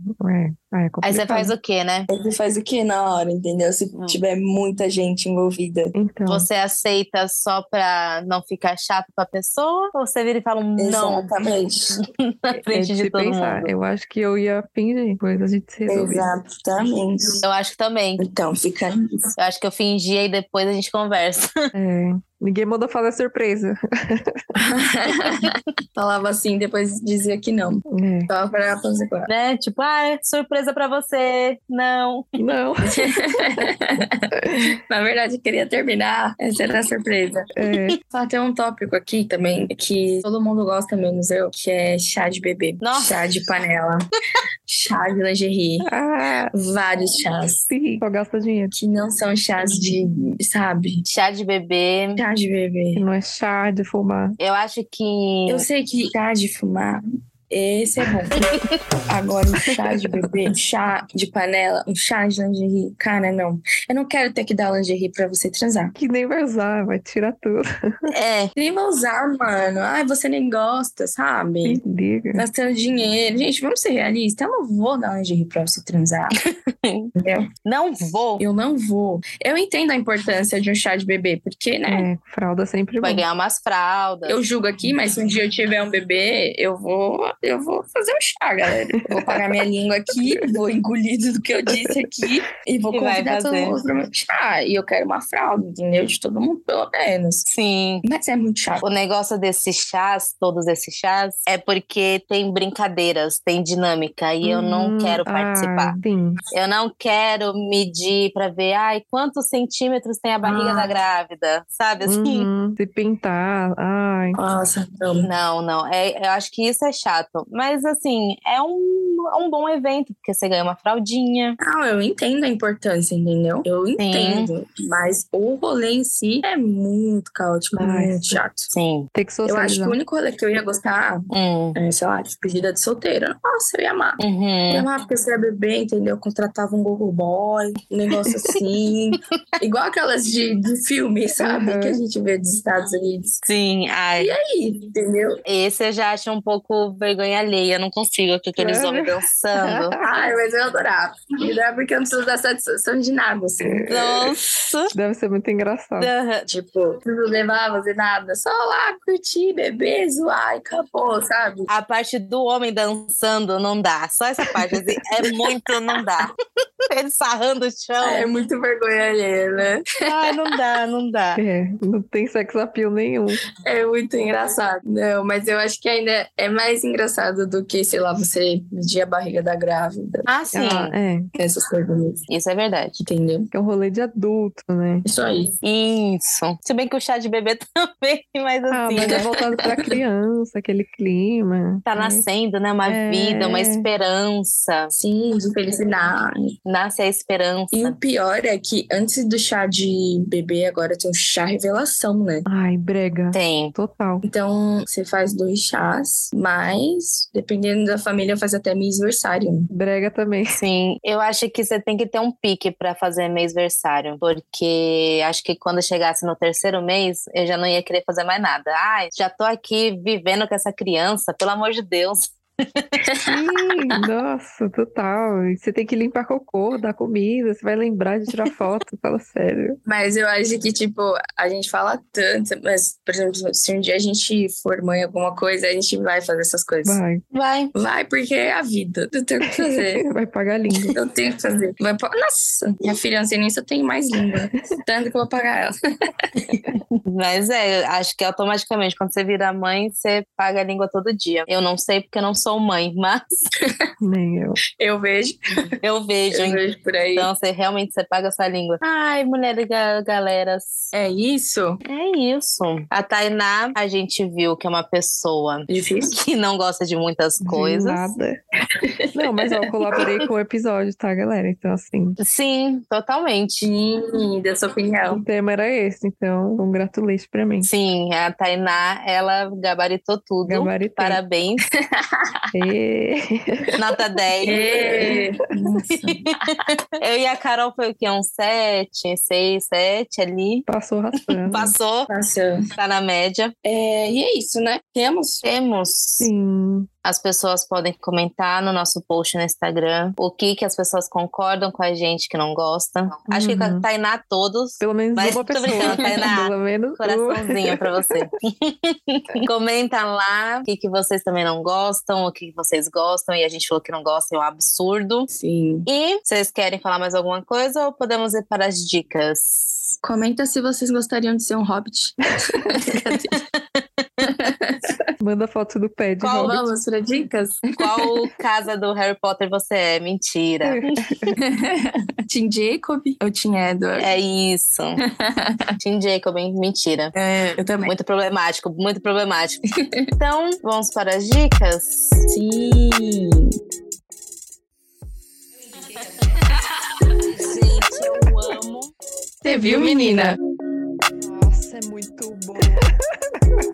Speaker 3: Ah, é
Speaker 4: Aí
Speaker 3: complicado.
Speaker 4: você faz o quê, né?
Speaker 5: Aí Você faz o que na hora, entendeu? Se
Speaker 4: Hum.
Speaker 5: tiver muita gente envolvida.
Speaker 3: Então,
Speaker 4: Você aceita só pra não ficar chato pra pessoa? Ou você vira e fala um não
Speaker 5: Exatamente.
Speaker 4: na
Speaker 3: é
Speaker 4: frente
Speaker 3: de
Speaker 4: de,
Speaker 3: se
Speaker 4: todo
Speaker 3: pensar.
Speaker 4: mundo?
Speaker 3: Eu acho que eu ia fingir, coisa a gente se resolver.
Speaker 5: Exatamente.
Speaker 4: Eu acho que também.
Speaker 5: Então, fica nisso.
Speaker 4: Eu acho que eu fingi e depois a gente conversa.
Speaker 3: É, ninguém mandou fazer surpresa.
Speaker 5: Falava assim, depois dizia que não.
Speaker 3: É.
Speaker 5: Só pra consequência.
Speaker 4: Né? Tipo, ah, surpresa pra você. Não.
Speaker 3: Não,
Speaker 5: Na verdade, eu queria terminar. Essa era a surpresa.
Speaker 3: é,
Speaker 5: Só tem um tópico aqui também que todo mundo gosta, menos eu, que é chá de bebê.
Speaker 4: Nossa.
Speaker 5: Chá de panela. chá de lingerie.
Speaker 3: ah,
Speaker 5: Vários chás.
Speaker 3: sim, só gasta dinheiro.
Speaker 5: Que não são chás de, sabe?
Speaker 4: Chá de bebê.
Speaker 5: Chá de bebê.
Speaker 3: Não é chá de fumar.
Speaker 4: Eu acho que.
Speaker 5: Eu sei que chá de fumar. Esse é bom. Agora, um chá de bebê, um chá de panela, um chá de lingerie. Cara, não. Eu não quero ter que dar lingerie pra você transar.
Speaker 3: Que nem vai usar, vai tirar tudo.
Speaker 4: É.
Speaker 5: Nem vou usar, mano. Ai, você nem gosta, sabe?
Speaker 3: Me liga.
Speaker 5: gastando dinheiro. Gente, vamos ser realistas. Eu não vou dar lingerie pra você transar. Entendeu?
Speaker 4: Não vou.
Speaker 5: Eu não vou. Eu entendo a importância de um chá de bebê, porque, né?
Speaker 3: É, fralda sempre bom.
Speaker 4: Vai ganhar umas fraldas.
Speaker 5: Eu julgo aqui, mas se um dia eu tiver um bebê, eu vou, eu vou fazer um chá, galera. Eu Vou pagar minha língua aqui, vou engolir tudo que eu disse aqui e vou
Speaker 4: E vai
Speaker 5: convidar todo
Speaker 4: fazer.
Speaker 5: mundo pro meu chá. E eu quero uma fralda, entendeu? De todo mundo, pelo menos.
Speaker 4: Sim.
Speaker 5: Mas é muito chato.
Speaker 4: O negócio desses chás, todos esses chás, é porque tem brincadeiras, tem dinâmica e eu não
Speaker 3: Hum,
Speaker 4: quero
Speaker 3: ah,
Speaker 4: participar.
Speaker 3: sim.
Speaker 4: Eu não quero medir pra ver, ai, quantos centímetros tem a barriga
Speaker 3: Ah.
Speaker 4: da grávida, sabe assim?
Speaker 3: Uhum, se pintar, ai.
Speaker 5: Nossa, não.
Speaker 4: Não, não. É, eu acho que isso é chato. Mas assim, é um, é um bom evento, porque você ganha uma fraldinha.
Speaker 5: Não, eu entendo a importância, entendeu? Eu entendo. Mas o rolê em si é muito caótico,
Speaker 3: Ai,
Speaker 5: muito
Speaker 3: sim.
Speaker 5: chato.
Speaker 4: Sim.
Speaker 3: Tem que
Speaker 5: Eu acho que
Speaker 3: socializar.
Speaker 5: o único rolê que eu ia gostar
Speaker 4: Hum.
Speaker 5: é, sei lá, despedida de solteira. Nossa, eu ia amar. Eu
Speaker 3: É.
Speaker 5: ia
Speaker 4: Uhum.
Speaker 5: amar porque você era bebê, entendeu? Contratava um Google Boy, um negócio assim. Igual aquelas de, de filme, sabe?
Speaker 3: Aham.
Speaker 5: Que a gente vê dos Estados Unidos.
Speaker 4: Sim, ai.
Speaker 5: E aí, entendeu?
Speaker 4: Esse eu já acho um pouco vergonha alheia. Eu não consigo aqui aqueles
Speaker 3: Sério?
Speaker 4: homens dançando.
Speaker 5: Ai, mas eu adorava. Eu adorava porque eu não preciso dar satisfação de nada, assim.
Speaker 4: Nossa!
Speaker 3: Deve ser muito engraçado.
Speaker 4: Aham.
Speaker 5: Tipo, não levar fazer nada, só lá curtir, beber, zoar e acabou, sabe?
Speaker 4: A parte do homem dançando não dá. Só essa parte. assim, é muito, não dá. Ele sarrando o chão.
Speaker 5: É muito vergonha alheia, né?
Speaker 4: Ai, não dá, não dá.
Speaker 3: É, não tem sex appeal nenhum.
Speaker 5: É muito engraçado. Não, mas eu acho que ainda é mais engraçado do que, sei lá, você medir a barriga da grávida.
Speaker 4: Ah, sim.
Speaker 3: Ah, é,
Speaker 5: Essas coisas mesmo,
Speaker 4: Isso é verdade.
Speaker 5: entendeu? É
Speaker 3: que é um rolê de adulto, né?
Speaker 5: Isso aí.
Speaker 4: Isso. Se bem que o chá de bebê também, mas
Speaker 3: Ah,
Speaker 4: assim,
Speaker 3: mas é
Speaker 4: né?
Speaker 3: voltado pra criança, aquele clima.
Speaker 4: tá
Speaker 3: né?
Speaker 4: nascendo, né? Uma
Speaker 3: É.
Speaker 4: vida, uma esperança.
Speaker 5: Sim, de felicidade.
Speaker 4: Nasce a
Speaker 5: E
Speaker 4: esperança.
Speaker 5: o pior é que antes do chá de bebê, agora tem o chá revelação, né?
Speaker 3: Ai, brega.
Speaker 4: Tem.
Speaker 3: Total.
Speaker 5: Então, você faz dois chás, mas, dependendo da família, faz até mês versário.
Speaker 3: Brega também.
Speaker 4: Sim, eu acho que você tem que ter um pique pra fazer mêsversário, porque acho que quando chegasse no terceiro mês, eu já não ia querer fazer mais nada. Ai, já tô aqui vivendo com essa criança, pelo amor de Deus.
Speaker 3: Sim, nossa, total. E Você tem que limpar cocô, dar comida, você vai lembrar de tirar foto, fala sério.
Speaker 5: Mas eu acho que, tipo, a gente fala tanto, mas, por exemplo, se um dia a gente for mãe em alguma coisa, a gente vai fazer essas coisas.
Speaker 3: Vai,
Speaker 4: Vai.
Speaker 5: Vai, porque é a vida. Eu tenho o que fazer.
Speaker 3: vai pagar língua.
Speaker 5: Eu tenho que fazer. Vai pa- Nossa, minha filha, não sei nem se eu tenho mais língua. Tanto que eu vou pagar ela.
Speaker 4: Mas é, eu acho que automaticamente, quando você vira mãe, você paga a língua todo dia. Eu não sei porque eu não sou mãe, mas
Speaker 3: Nem eu.
Speaker 5: Eu vejo,
Speaker 4: eu vejo,
Speaker 5: eu
Speaker 4: hein?
Speaker 5: vejo por aí.
Speaker 4: Então você realmente você paga essa língua. Ai, mulher e ga- galeras.
Speaker 5: É isso?
Speaker 4: É isso. A Tainá, a gente viu que é uma pessoa
Speaker 5: Difícil.
Speaker 4: que não gosta de muitas
Speaker 3: De
Speaker 4: coisas.
Speaker 3: Nada. Não, mas ó, eu colaborei com o episódio, tá, galera? Então, assim,
Speaker 4: Sim, totalmente.
Speaker 5: Sim, da sua opinião.
Speaker 3: o tema era esse. Então, congratulate pra mim.
Speaker 4: Sim, a Tainá, ela gabaritou tudo.
Speaker 3: Gabaritei.
Speaker 4: Parabéns.
Speaker 3: E-
Speaker 4: Nota 10.
Speaker 5: É.
Speaker 4: Eu e a Carol foi o quê? Um 7, 6, 7 ali.
Speaker 3: Passou raspando.
Speaker 4: Passou,
Speaker 5: Nossa.
Speaker 4: tá na média.
Speaker 5: É, e é isso, né? Temos.
Speaker 4: Temos.
Speaker 3: Sim.
Speaker 4: As pessoas podem comentar no nosso post no Instagram o que, que as pessoas concordam com a gente que não gostam. Acho que com a
Speaker 3: Uhum.
Speaker 4: Tainá todos.
Speaker 3: Pelo menos
Speaker 4: Mas
Speaker 3: uma
Speaker 4: tô
Speaker 3: pessoa. né?
Speaker 4: brincando, Tainá.
Speaker 3: Pelo menos uma.
Speaker 4: Coraçãozinho pra você. Comenta lá o que, que vocês também não gostam, o que, que vocês gostam, e a gente falou que não gosta, é um absurdo.
Speaker 5: Sim.
Speaker 4: E vocês querem falar mais alguma coisa ou podemos ir para as dicas?
Speaker 5: Comenta se vocês gostariam de ser um hobbit.
Speaker 3: Manda foto do pé de
Speaker 4: Qual
Speaker 3: Robert.
Speaker 5: Vamos para dicas?
Speaker 4: Qual casa do Harry Potter você é? Mentira.
Speaker 5: Tim Jacob ou Tim Edward?
Speaker 4: É isso. Tim Jacob, hein? Mentira.
Speaker 5: É, eu também.
Speaker 4: Muito problemático, muito problemático. Então, vamos para as dicas?
Speaker 5: Sim.
Speaker 4: Gente, eu amo.
Speaker 1: Você viu, menina?
Speaker 3: Nossa, é muito bom.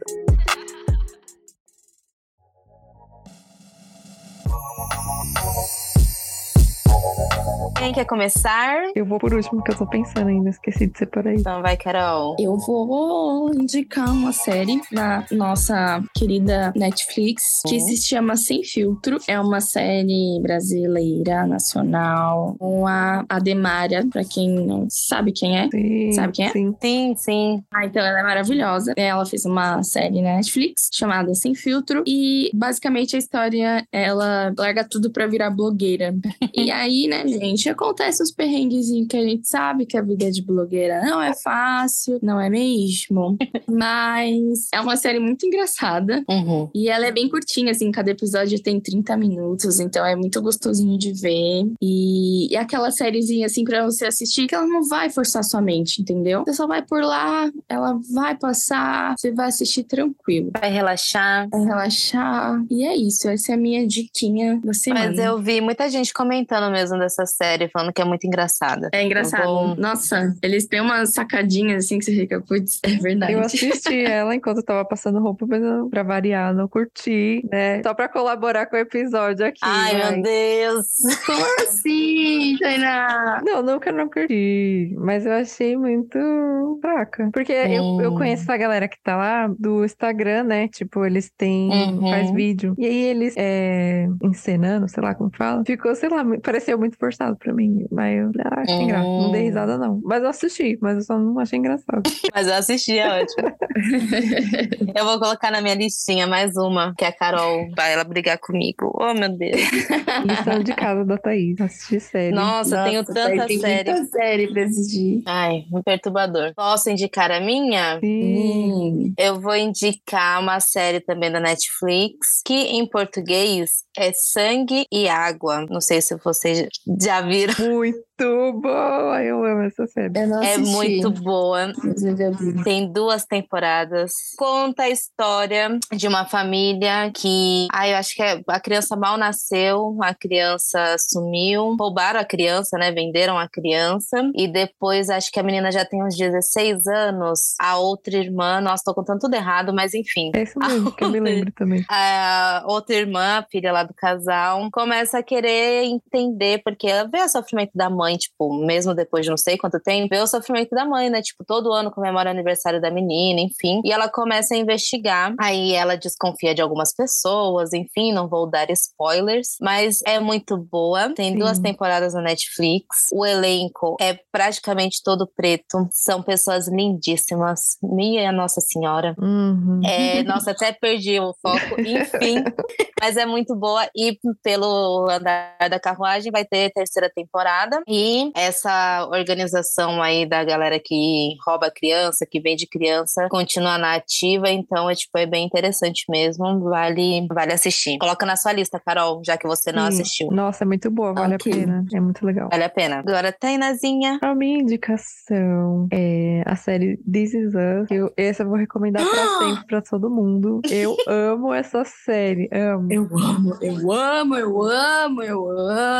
Speaker 4: Quem quer começar?
Speaker 3: Eu vou por último, porque eu tô pensando ainda. Esqueci de separar isso.
Speaker 4: Então vai, Carol.
Speaker 5: Eu vou indicar uma série da nossa querida Netflix que
Speaker 4: Uhum.
Speaker 5: se chama Sem Filtro. É uma série brasileira, nacional, com a Ademária, pra quem não sabe quem é.
Speaker 3: Sim,
Speaker 5: Sabe quem é?
Speaker 3: Sim.
Speaker 4: Sim, sim.
Speaker 5: Ah, então ela é maravilhosa. Ela fez uma série na Netflix chamada Sem Filtro e basicamente a história ela larga tudo pra virar blogueira. e aí, né, gente, acontece os perrengues que a gente sabe que a vida de blogueira não é fácil, não é mesmo? Mas é uma série muito engraçada.
Speaker 4: Uhum.
Speaker 5: E ela é bem curtinha, assim, cada episódio tem 30 minutos, então é muito gostosinho de ver. E é aquela sériezinha, assim, pra você assistir, que ela não vai forçar sua mente, entendeu? Você só vai por lá, ela vai passar, você vai assistir tranquilo.
Speaker 4: Vai relaxar.
Speaker 5: Vai relaxar. E é isso, essa é a minha diquinha da semana.
Speaker 4: Mas eu vi muita gente comentando mesmo dessa série, falando que é muito engraçada.
Speaker 5: É engraçado.
Speaker 4: Eu vou-
Speaker 5: Nossa, eles têm umas sacadinhas assim que você fica, putz, é
Speaker 4: Tá
Speaker 5: verdade.
Speaker 3: Eu assisti ela enquanto eu tava passando roupa, mas eu, pra variar, não curti, né? Só pra colaborar com o episódio aqui.
Speaker 4: Ai,
Speaker 3: mas-
Speaker 4: meu Deus!
Speaker 5: Como assim, Tainá?
Speaker 3: Não, não que eu não curti, mas eu achei muito fraca. Porque eu, eu
Speaker 4: Hum.
Speaker 3: conheço a galera que tá lá do Instagram, né? Tipo, eles têm.
Speaker 4: Uhum.
Speaker 3: Faz vídeo. E aí eles é, encenando, sei lá como fala. Ficou, sei lá, mu- pareceu muito forçado pra mim. Mas eu falei, ah, sem graça. Não dei
Speaker 4: Hum.
Speaker 3: risada, não. Mas eu assisti, mas eu só não achei engraçado.
Speaker 4: Mas eu assisti, é ótimo. Eu vou colocar na minha listinha mais uma, que é a Carol vai ela brigar comigo. Oh, meu Deus.
Speaker 3: Lição de casa da Thaís. Assistir série.
Speaker 4: Nossa, eu tenho tanta
Speaker 5: tá tem
Speaker 4: série.
Speaker 5: Muita série pra assistir.
Speaker 4: Ai, muito perturbador. Posso indicar a minha?
Speaker 3: Sim.
Speaker 4: Eu vou indicar uma série também da Netflix, que em português é Sangue e Água. Não sei se vocês já viram.
Speaker 3: Muito boa! Eu amo essa série.
Speaker 5: Eu não
Speaker 4: É
Speaker 5: assisti,
Speaker 4: muito boa.
Speaker 5: mas eu já vi.
Speaker 4: Tem duas temporadas. Conta a história de uma família que. Ah, eu acho que é- a criança mal nasceu, a criança sumiu, roubaram a criança, né? Venderam a criança. E depois, acho que a menina já tem uns 16 anos. A outra irmã, nossa, tô contando tudo errado, mas enfim.
Speaker 3: É isso mesmo, que eu me lembro também.
Speaker 4: a outra irmã, a filha lá do casal, começa a querer entender, porque ela vê o sofrimento da mãe mãe, tipo, mesmo depois de não sei quanto tempo, vê o sofrimento da mãe, né? Tipo, todo ano comemora o aniversário da menina, enfim. E ela começa a investigar. Aí ela desconfia de algumas pessoas, enfim, não vou dar spoilers, mas é muito boa. Tem
Speaker 3: Sim.
Speaker 4: duas temporadas na Netflix. O elenco é praticamente todo preto. São pessoas lindíssimas. Minha Nossa Senhora.
Speaker 3: Uhum.
Speaker 4: É, nossa, até perdi o foco, enfim. Mas é muito boa. E pelo andar da carruagem vai ter terceira temporada. E essa organização aí da galera que rouba criança, que vende criança, continua na ativa. Então é tipo, é bem interessante mesmo. Vale, vale assistir. Coloca na sua lista, Carol, já que você não
Speaker 3: Sim.
Speaker 4: assistiu.
Speaker 3: Nossa, é muito boa, vale
Speaker 5: Ok.
Speaker 3: a pena. É muito legal.
Speaker 4: Vale a pena. Agora, Tainazinha.
Speaker 3: A minha indicação é a série This Is Us. Eu, essa eu vou recomendar pra sempre, pra todo mundo. Eu amo essa série, amo.
Speaker 5: Eu amo, eu amo, eu amo, eu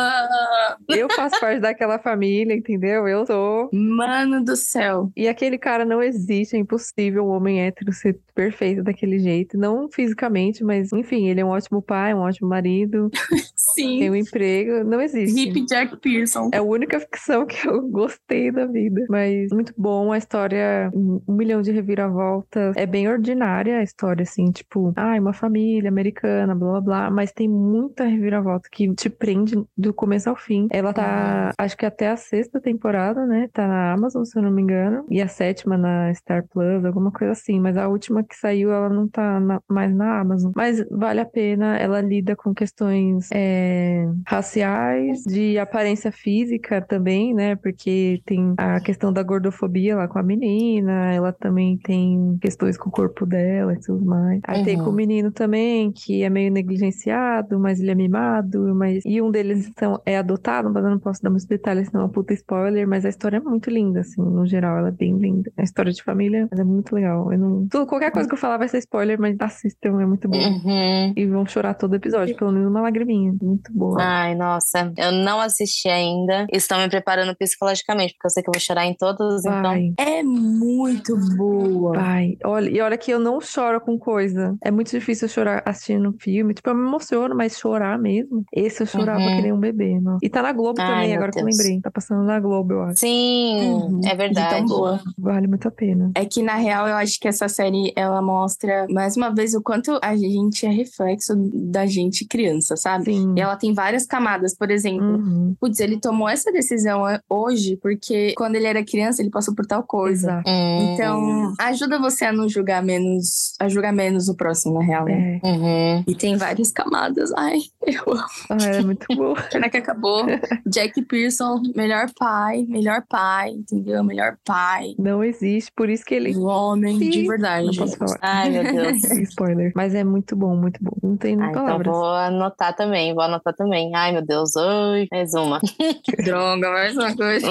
Speaker 5: amo.
Speaker 3: Eu faço parte daquela família, entendeu? Eu sou.
Speaker 5: Mano do céu.
Speaker 3: E aquele cara não existe, é impossível um homem hétero ser perfeito daquele jeito. Não fisicamente, mas enfim, ele é um ótimo pai, um ótimo marido, tem
Speaker 5: Sim.
Speaker 3: um emprego. Não existe.
Speaker 5: Hip Jack Pearson.
Speaker 3: É a única ficção que eu gostei da vida. Mas muito bom, a história, um um milhão de reviravoltas. É bem ordinária a história, assim, tipo, ai, uma família americana, blá blá blá. Mas tem muita reviravolta que te prende do começo ao fim. Ela tá, acho que até a sexta temporada, né? Tá na Amazon, se eu não me engano. E a sétima na Star Plus, alguma coisa assim. Mas a última que saiu, ela não tá na- mais na Amazon. Mas vale a pena, ela lida com questões é, raciais, de aparência física também, né? Porque tem a questão da gordofobia lá com a menina, ela também tem questões com o corpo dela e tudo mais. Aí tem
Speaker 4: Uhum.
Speaker 3: com o menino também, que é meio negligenciado, mas ele é mimado, mas... e um deles então, é adotado, mas eu não posso dar muitos detalhes, senão é um puta spoiler, mas a história é muito linda, assim, no geral, ela é bem linda. A história de família mas é muito legal. Eu não... Tudo, qualquer coisa que eu falar vai ser spoiler, mas assistam, é muito bom.
Speaker 4: Uhum.
Speaker 3: E vão chorar todo episódio, pelo menos uma lagriminha. Muito boa.
Speaker 4: Ai, nossa, eu não assisti ainda. Estão me preparando psicologicamente, porque eu sei que eu vou chorar em todos, então.
Speaker 3: Vai,
Speaker 5: É muito boa.
Speaker 3: vai. Olha, e olha que eu não choro com coisa. É muito difícil eu chorar assistindo filme. Tipo, eu me emociono, mas chorar mesmo. Esse eu chorava
Speaker 4: Uhum.
Speaker 3: que nem um bebê. Nossa. E tá na Globo
Speaker 4: Ai,
Speaker 3: também,
Speaker 4: meu
Speaker 3: agora que eu
Speaker 4: Deus.
Speaker 3: lembrei. Tá passando na Globo, eu acho.
Speaker 4: Sim,
Speaker 5: Uhum.
Speaker 4: é verdade.
Speaker 5: Então boa.
Speaker 3: Vale muito a pena.
Speaker 5: É que, na real, eu acho que essa série, ela mostra, mais uma vez, o quanto a gente é reflexo da gente criança, sabe?
Speaker 3: Sim.
Speaker 5: E ela tem várias camadas, por exemplo.
Speaker 3: Uhum.
Speaker 5: Putz, ele tomou essa decisão eh, hoje porque quando ele era criança ele passou por tal coisa.
Speaker 3: Exato.
Speaker 4: Hum,
Speaker 5: Então, ajuda você a não julgar menos, a julgar menos o próximo, na real, né?
Speaker 3: É.
Speaker 4: uhum.
Speaker 5: E tem várias camadas. Ai, eu amo.
Speaker 3: Ah, é muito boa.
Speaker 5: Pena que acabou. Jack Pearson, melhor pai, melhor pai, entendeu? Melhor pai.
Speaker 3: Não existe. Por isso que ele.
Speaker 5: Um homem de
Speaker 3: Sim.
Speaker 5: verdade.
Speaker 3: Não posso falar.
Speaker 4: Ai, meu Deus.
Speaker 3: Spoiler. Mas é muito bom, muito bom. Não tem nem
Speaker 4: Ah, então
Speaker 3: palavras.
Speaker 4: vou anotar também, vou anotar também. Ai, meu Deus, oi, mais uma.
Speaker 5: Droga, mais uma coisa.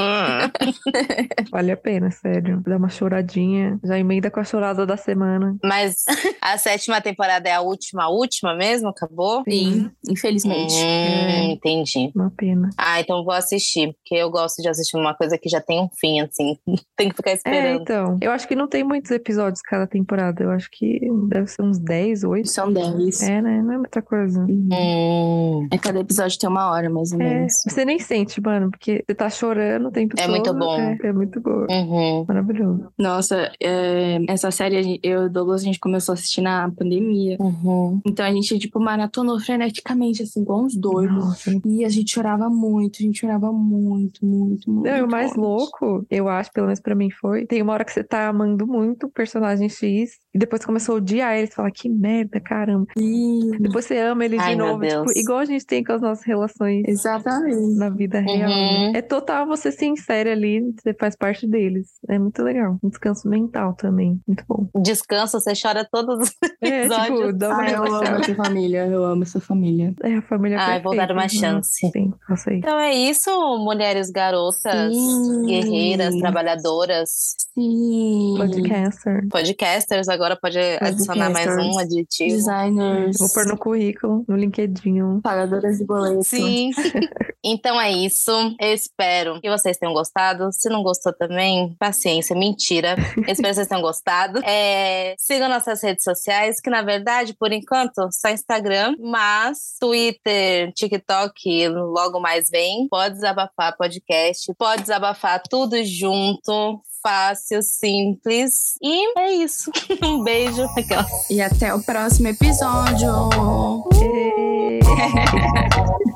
Speaker 3: Vale a pena, sério. Dá uma choradinha. Já emenda com a chorada da semana.
Speaker 4: Mas a sétima temporada é a última, a última mesmo? Acabou?
Speaker 5: Sim, assim, infelizmente.
Speaker 4: Hum, entendi.
Speaker 3: Uma pena.
Speaker 4: Ah, então vou assistir, porque eu gosto de assistir uma coisa que já tem um fim, assim. Tem que ficar
Speaker 3: É,
Speaker 4: esperando.
Speaker 3: então. Eu acho que não tem muitos episódios cada temporada. Eu acho que deve ser uns 10, 8.
Speaker 5: São 10.
Speaker 3: É, né? Não é muita coisa.
Speaker 4: Hum,
Speaker 5: É, cada episódio tem uma hora, mais ou
Speaker 3: É,
Speaker 5: menos.
Speaker 3: você nem sente, mano, porque você tá chorando o tempo
Speaker 4: É
Speaker 3: todo.
Speaker 4: muito bom.
Speaker 3: É, é muito bom.
Speaker 4: uhum.
Speaker 3: Maravilhoso.
Speaker 5: Nossa, é, essa série, a gen- eu e o Douglas, a gente começou a assistir na pandemia.
Speaker 4: Uhum.
Speaker 5: Então a gente, tipo, maratonou freneticamente, assim, igual uns doidos.
Speaker 3: Nossa.
Speaker 5: E a gente chorava muito, a gente chorava muito, muito, muito.
Speaker 3: Não, e o mais
Speaker 5: muito.
Speaker 3: louco, eu acho, pelo menos pra mim foi, tem uma hora que você tá amando muito o personagem X, e depois começou a odiar ele, você fala, que merda, caramba.
Speaker 5: Sim,
Speaker 3: Depois você ama ele de
Speaker 4: Ai, meu
Speaker 3: novo, tipo,
Speaker 4: Deus.
Speaker 3: igual a gente tem com as nossas relações
Speaker 5: exatamente.
Speaker 3: na vida real. né?
Speaker 4: Uhum.
Speaker 3: É total você se insere ali, você faz parte deles. É muito legal. Um descanso mental também, muito bom.
Speaker 4: Descansa, você chora todos os
Speaker 3: É, tipo,
Speaker 4: episódios.
Speaker 3: dá uma
Speaker 5: Ah, eu amo essa família, eu amo essa família.
Speaker 3: É a família
Speaker 4: Ai, vou dar
Speaker 3: perfeita,
Speaker 4: uma
Speaker 3: né?
Speaker 4: chance.
Speaker 3: Sim, faça isso.
Speaker 4: Então é isso, mulheres garotas.
Speaker 5: Sim,
Speaker 4: guerreiras, trabalhadoras,
Speaker 5: Sim.
Speaker 3: Podcaster.
Speaker 4: podcasters. Agora pode adicionar mais
Speaker 5: Podcasters.
Speaker 4: um aditivo.
Speaker 5: Designers.
Speaker 3: Vou pôr no currículo, no
Speaker 4: Uh!
Speaker 3: LinkedIn.
Speaker 5: Pagadoras de boleto.
Speaker 4: Sim. então é isso. Eu espero que vocês tenham gostado. Se não gostou também, paciência, mentira. Eu espero que vocês tenham gostado. É, sigam nossas redes sociais, que na verdade, por enquanto, só Instagram, mas Twitter, TikTok, logo mais vem. Pode desabafar podcast, pode desabafar tudo junto. Fácil, simples. E é isso. Um beijo. Aquela.
Speaker 5: E até o próximo episódio.
Speaker 3: Yay!